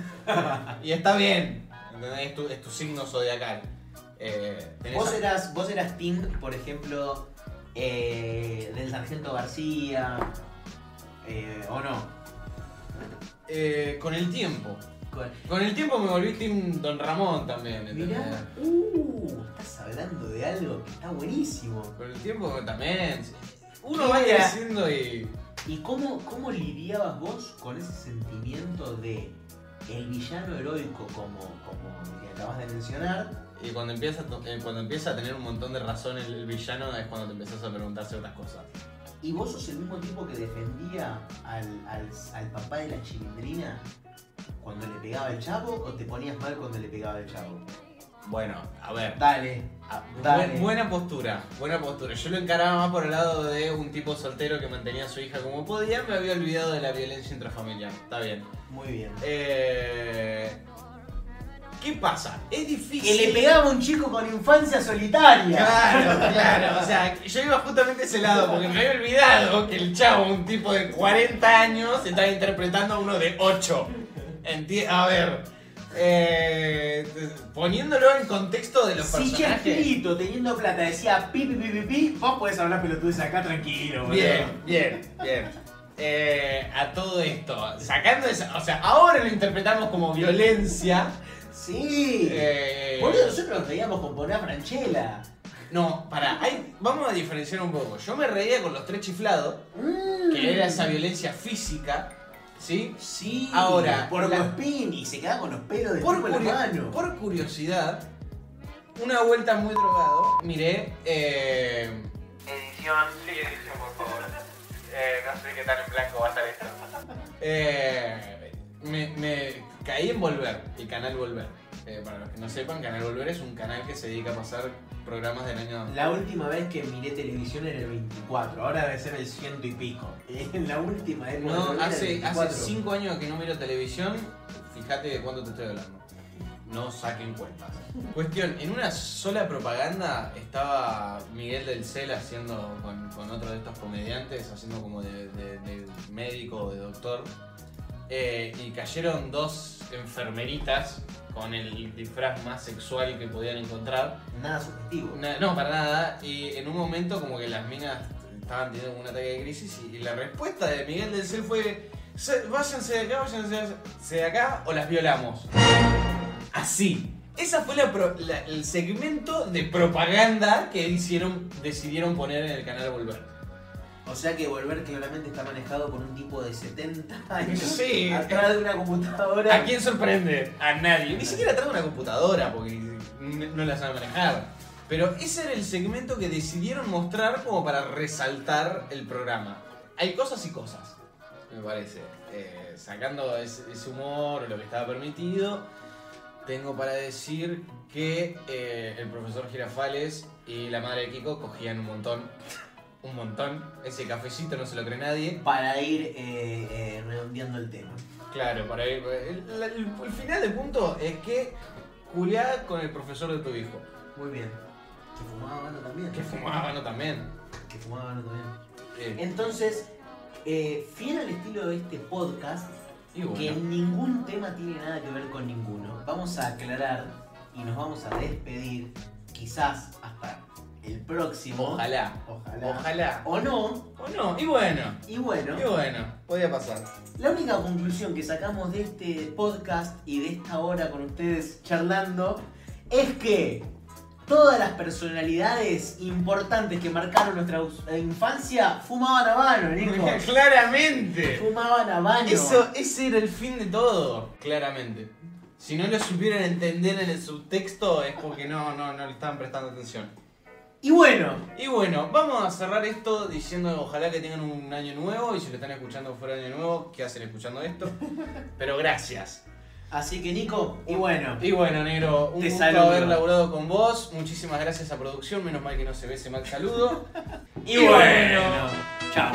Speaker 2: Y está bien. ¿Entendés? Es tu, es tu signo zodiacal. Eh, tenés
Speaker 3: Vos
Speaker 2: a-
Speaker 3: eras, vos eras Tim, por ejemplo, eh, del Sargento García. eh, ¿O no?
Speaker 2: eh, con el tiempo.
Speaker 3: Con-
Speaker 2: Con el tiempo me volví Team Don Ramón también, ¿entendés?
Speaker 3: Mirá, uh, estás hablando de algo que está buenísimo.
Speaker 2: Con el tiempo también. Uno
Speaker 3: ¿Qué
Speaker 2: va
Speaker 3: era?
Speaker 2: creciendo y.
Speaker 3: ¿Y cómo, cómo lidiabas vos con ese sentimiento de el villano heroico como, como el que acabas de mencionar?
Speaker 2: Y cuando empieza, a to- eh, cuando empieza a tener un montón de razón el, el villano es cuando te empezás a preguntar ciertas cosas.
Speaker 3: ¿Y vos sos el mismo tipo que defendía al, al- al papá de la chilindrina cuando le pegaba el chavo o te ponías mal cuando le pegaba el chavo?
Speaker 2: Bueno, a ver.
Speaker 3: Dale.
Speaker 2: a-
Speaker 3: ah, Dale.
Speaker 2: Ah, bu- buena postura, buena postura. Yo lo encaraba más por el lado de un tipo soltero que mantenía a su hija como podía, me había olvidado de la violencia intrafamiliar. Está bien.
Speaker 3: Muy bien.
Speaker 2: Eh, ¿Qué pasa? Es
Speaker 3: Que
Speaker 2: difícil.
Speaker 3: le pegaba a un chico con infancia solitaria.
Speaker 2: Claro, claro. O sea, yo iba justamente a ese lado porque me había olvidado que el chavo, un tipo de 40 años, estaba interpretando a uno de 8. Enti- a ver. eh, poniéndolo en contexto de los
Speaker 3: Si
Speaker 2: personajes.
Speaker 3: Chespirito teniendo plata decía pi pi pi pi pi, vos podés hablar pelotudes acá tranquilo, boludo.
Speaker 2: Bien, bien, bien. Eh, a todo esto, sacando esa. O sea, ahora lo interpretamos como violencia.
Speaker 3: Sí.
Speaker 2: eh,
Speaker 3: Boludo, nosotros nos reíamos con Boná Franchella.
Speaker 2: No, para, vamos a diferenciar un poco. Yo me reía con los tres chiflados, que era esa violencia física, ¿Sí?
Speaker 3: Mm. Sí,
Speaker 2: Ahora,
Speaker 3: por
Speaker 2: la-
Speaker 3: Spin y se queda con los pelos de
Speaker 2: Por,
Speaker 3: tipo en la
Speaker 2: curio-
Speaker 3: mano.
Speaker 2: por curiosidad, una vuelta muy drogado, miré. Eh... Edición, sí, edición, por favor. Eh, no sé qué tan en blanco va a estar esto. eh, me, me caí en Volver, el canal Volver. Eh, para los que no sepan, Canal Volver es un canal que se dedica a pasar programas del año
Speaker 3: La última vez que miré televisión era el 24, ahora debe ser el ciento y pico. la última vez cuando
Speaker 2: No,
Speaker 3: era el
Speaker 2: hace,
Speaker 3: 24.
Speaker 2: hace cinco años que no miro televisión. Fíjate de cuánto te estoy hablando. No saquen cuentas. Cuestión, en una sola propaganda estaba Miguel del Cel haciendo con, con otro de estos comediantes, haciendo como de, de- de médico o de doctor. Eh, y cayeron dos enfermeritas con el disfraz más sexual que podían encontrar.
Speaker 3: Nada subjetivo.
Speaker 2: Na- no, para nada. Y en un momento como que las minas estaban teniendo un ataque de crisis y, y la respuesta de Miguel del Cel fue "Se- váyanse de acá, váyanse de acá o las violamos. Así. Esa fue la pro- la- el segmento de propaganda que hicieron, decidieron poner en el canal Volver.
Speaker 3: O sea que volver claramente está manejado por un tipo de 70 años
Speaker 2: Sí.
Speaker 3: atrás de una computadora.
Speaker 2: ¿A quién sorprende? A nadie. Ni siquiera trae una computadora porque n- no la sabe manejar. Pero ese era el segmento que decidieron mostrar como para resaltar el programa. Hay cosas y cosas, me parece. Eh, sacando ese, ese humor o lo que estaba permitido, tengo para decir que eh, el profesor Girafales y la madre de Kiko cogían un montón. Un montón. Ese cafecito no se lo cree nadie.
Speaker 3: Para ir eh, eh, redondeando el tema.
Speaker 2: Claro, para ir. El, el- el final del punto es que culiá con el profesor de tu hijo.
Speaker 3: Muy bien. Que fumaba mano también.
Speaker 2: Que fumaba, ¿no? También.
Speaker 3: Que fumaba mano también.
Speaker 2: Eh,
Speaker 3: Entonces, eh, fiel al estilo de este podcast,
Speaker 2: y
Speaker 3: que
Speaker 2: bueno.
Speaker 3: ningún tema tiene nada que ver con ninguno. Vamos a aclarar y nos vamos a despedir, quizás hasta el próximo.
Speaker 2: Ojalá.
Speaker 3: Ojalá.
Speaker 2: Ojalá.
Speaker 3: O no.
Speaker 2: O no. Y bueno.
Speaker 3: Y bueno,
Speaker 2: Y bueno. Podía pasar.
Speaker 3: la única conclusión que sacamos de este podcast y de esta hora con ustedes charlando es que todas las personalidades importantes que marcaron nuestra us- eh, infancia fumaban a mano, Nico.
Speaker 2: Claramente.
Speaker 3: fumaban a mano.
Speaker 2: Eso, ese era el fin de todo. Claramente. Si no lo supieran entender en el subtexto es porque no, no, no le estaban prestando atención.
Speaker 3: Y bueno,
Speaker 2: Y bueno, vamos a cerrar esto diciendo ojalá que tengan un año nuevo y si lo están escuchando fuera de año nuevo, ¿qué hacen escuchando esto? Pero gracias.
Speaker 3: así que Nico, y bueno.
Speaker 2: Y bueno, negro, un
Speaker 3: Te
Speaker 2: gusto
Speaker 3: saludo.
Speaker 2: haber laburado con vos. Muchísimas gracias a producción, menos mal que no se ve ese mal saludo.
Speaker 3: Y bueno. Chao.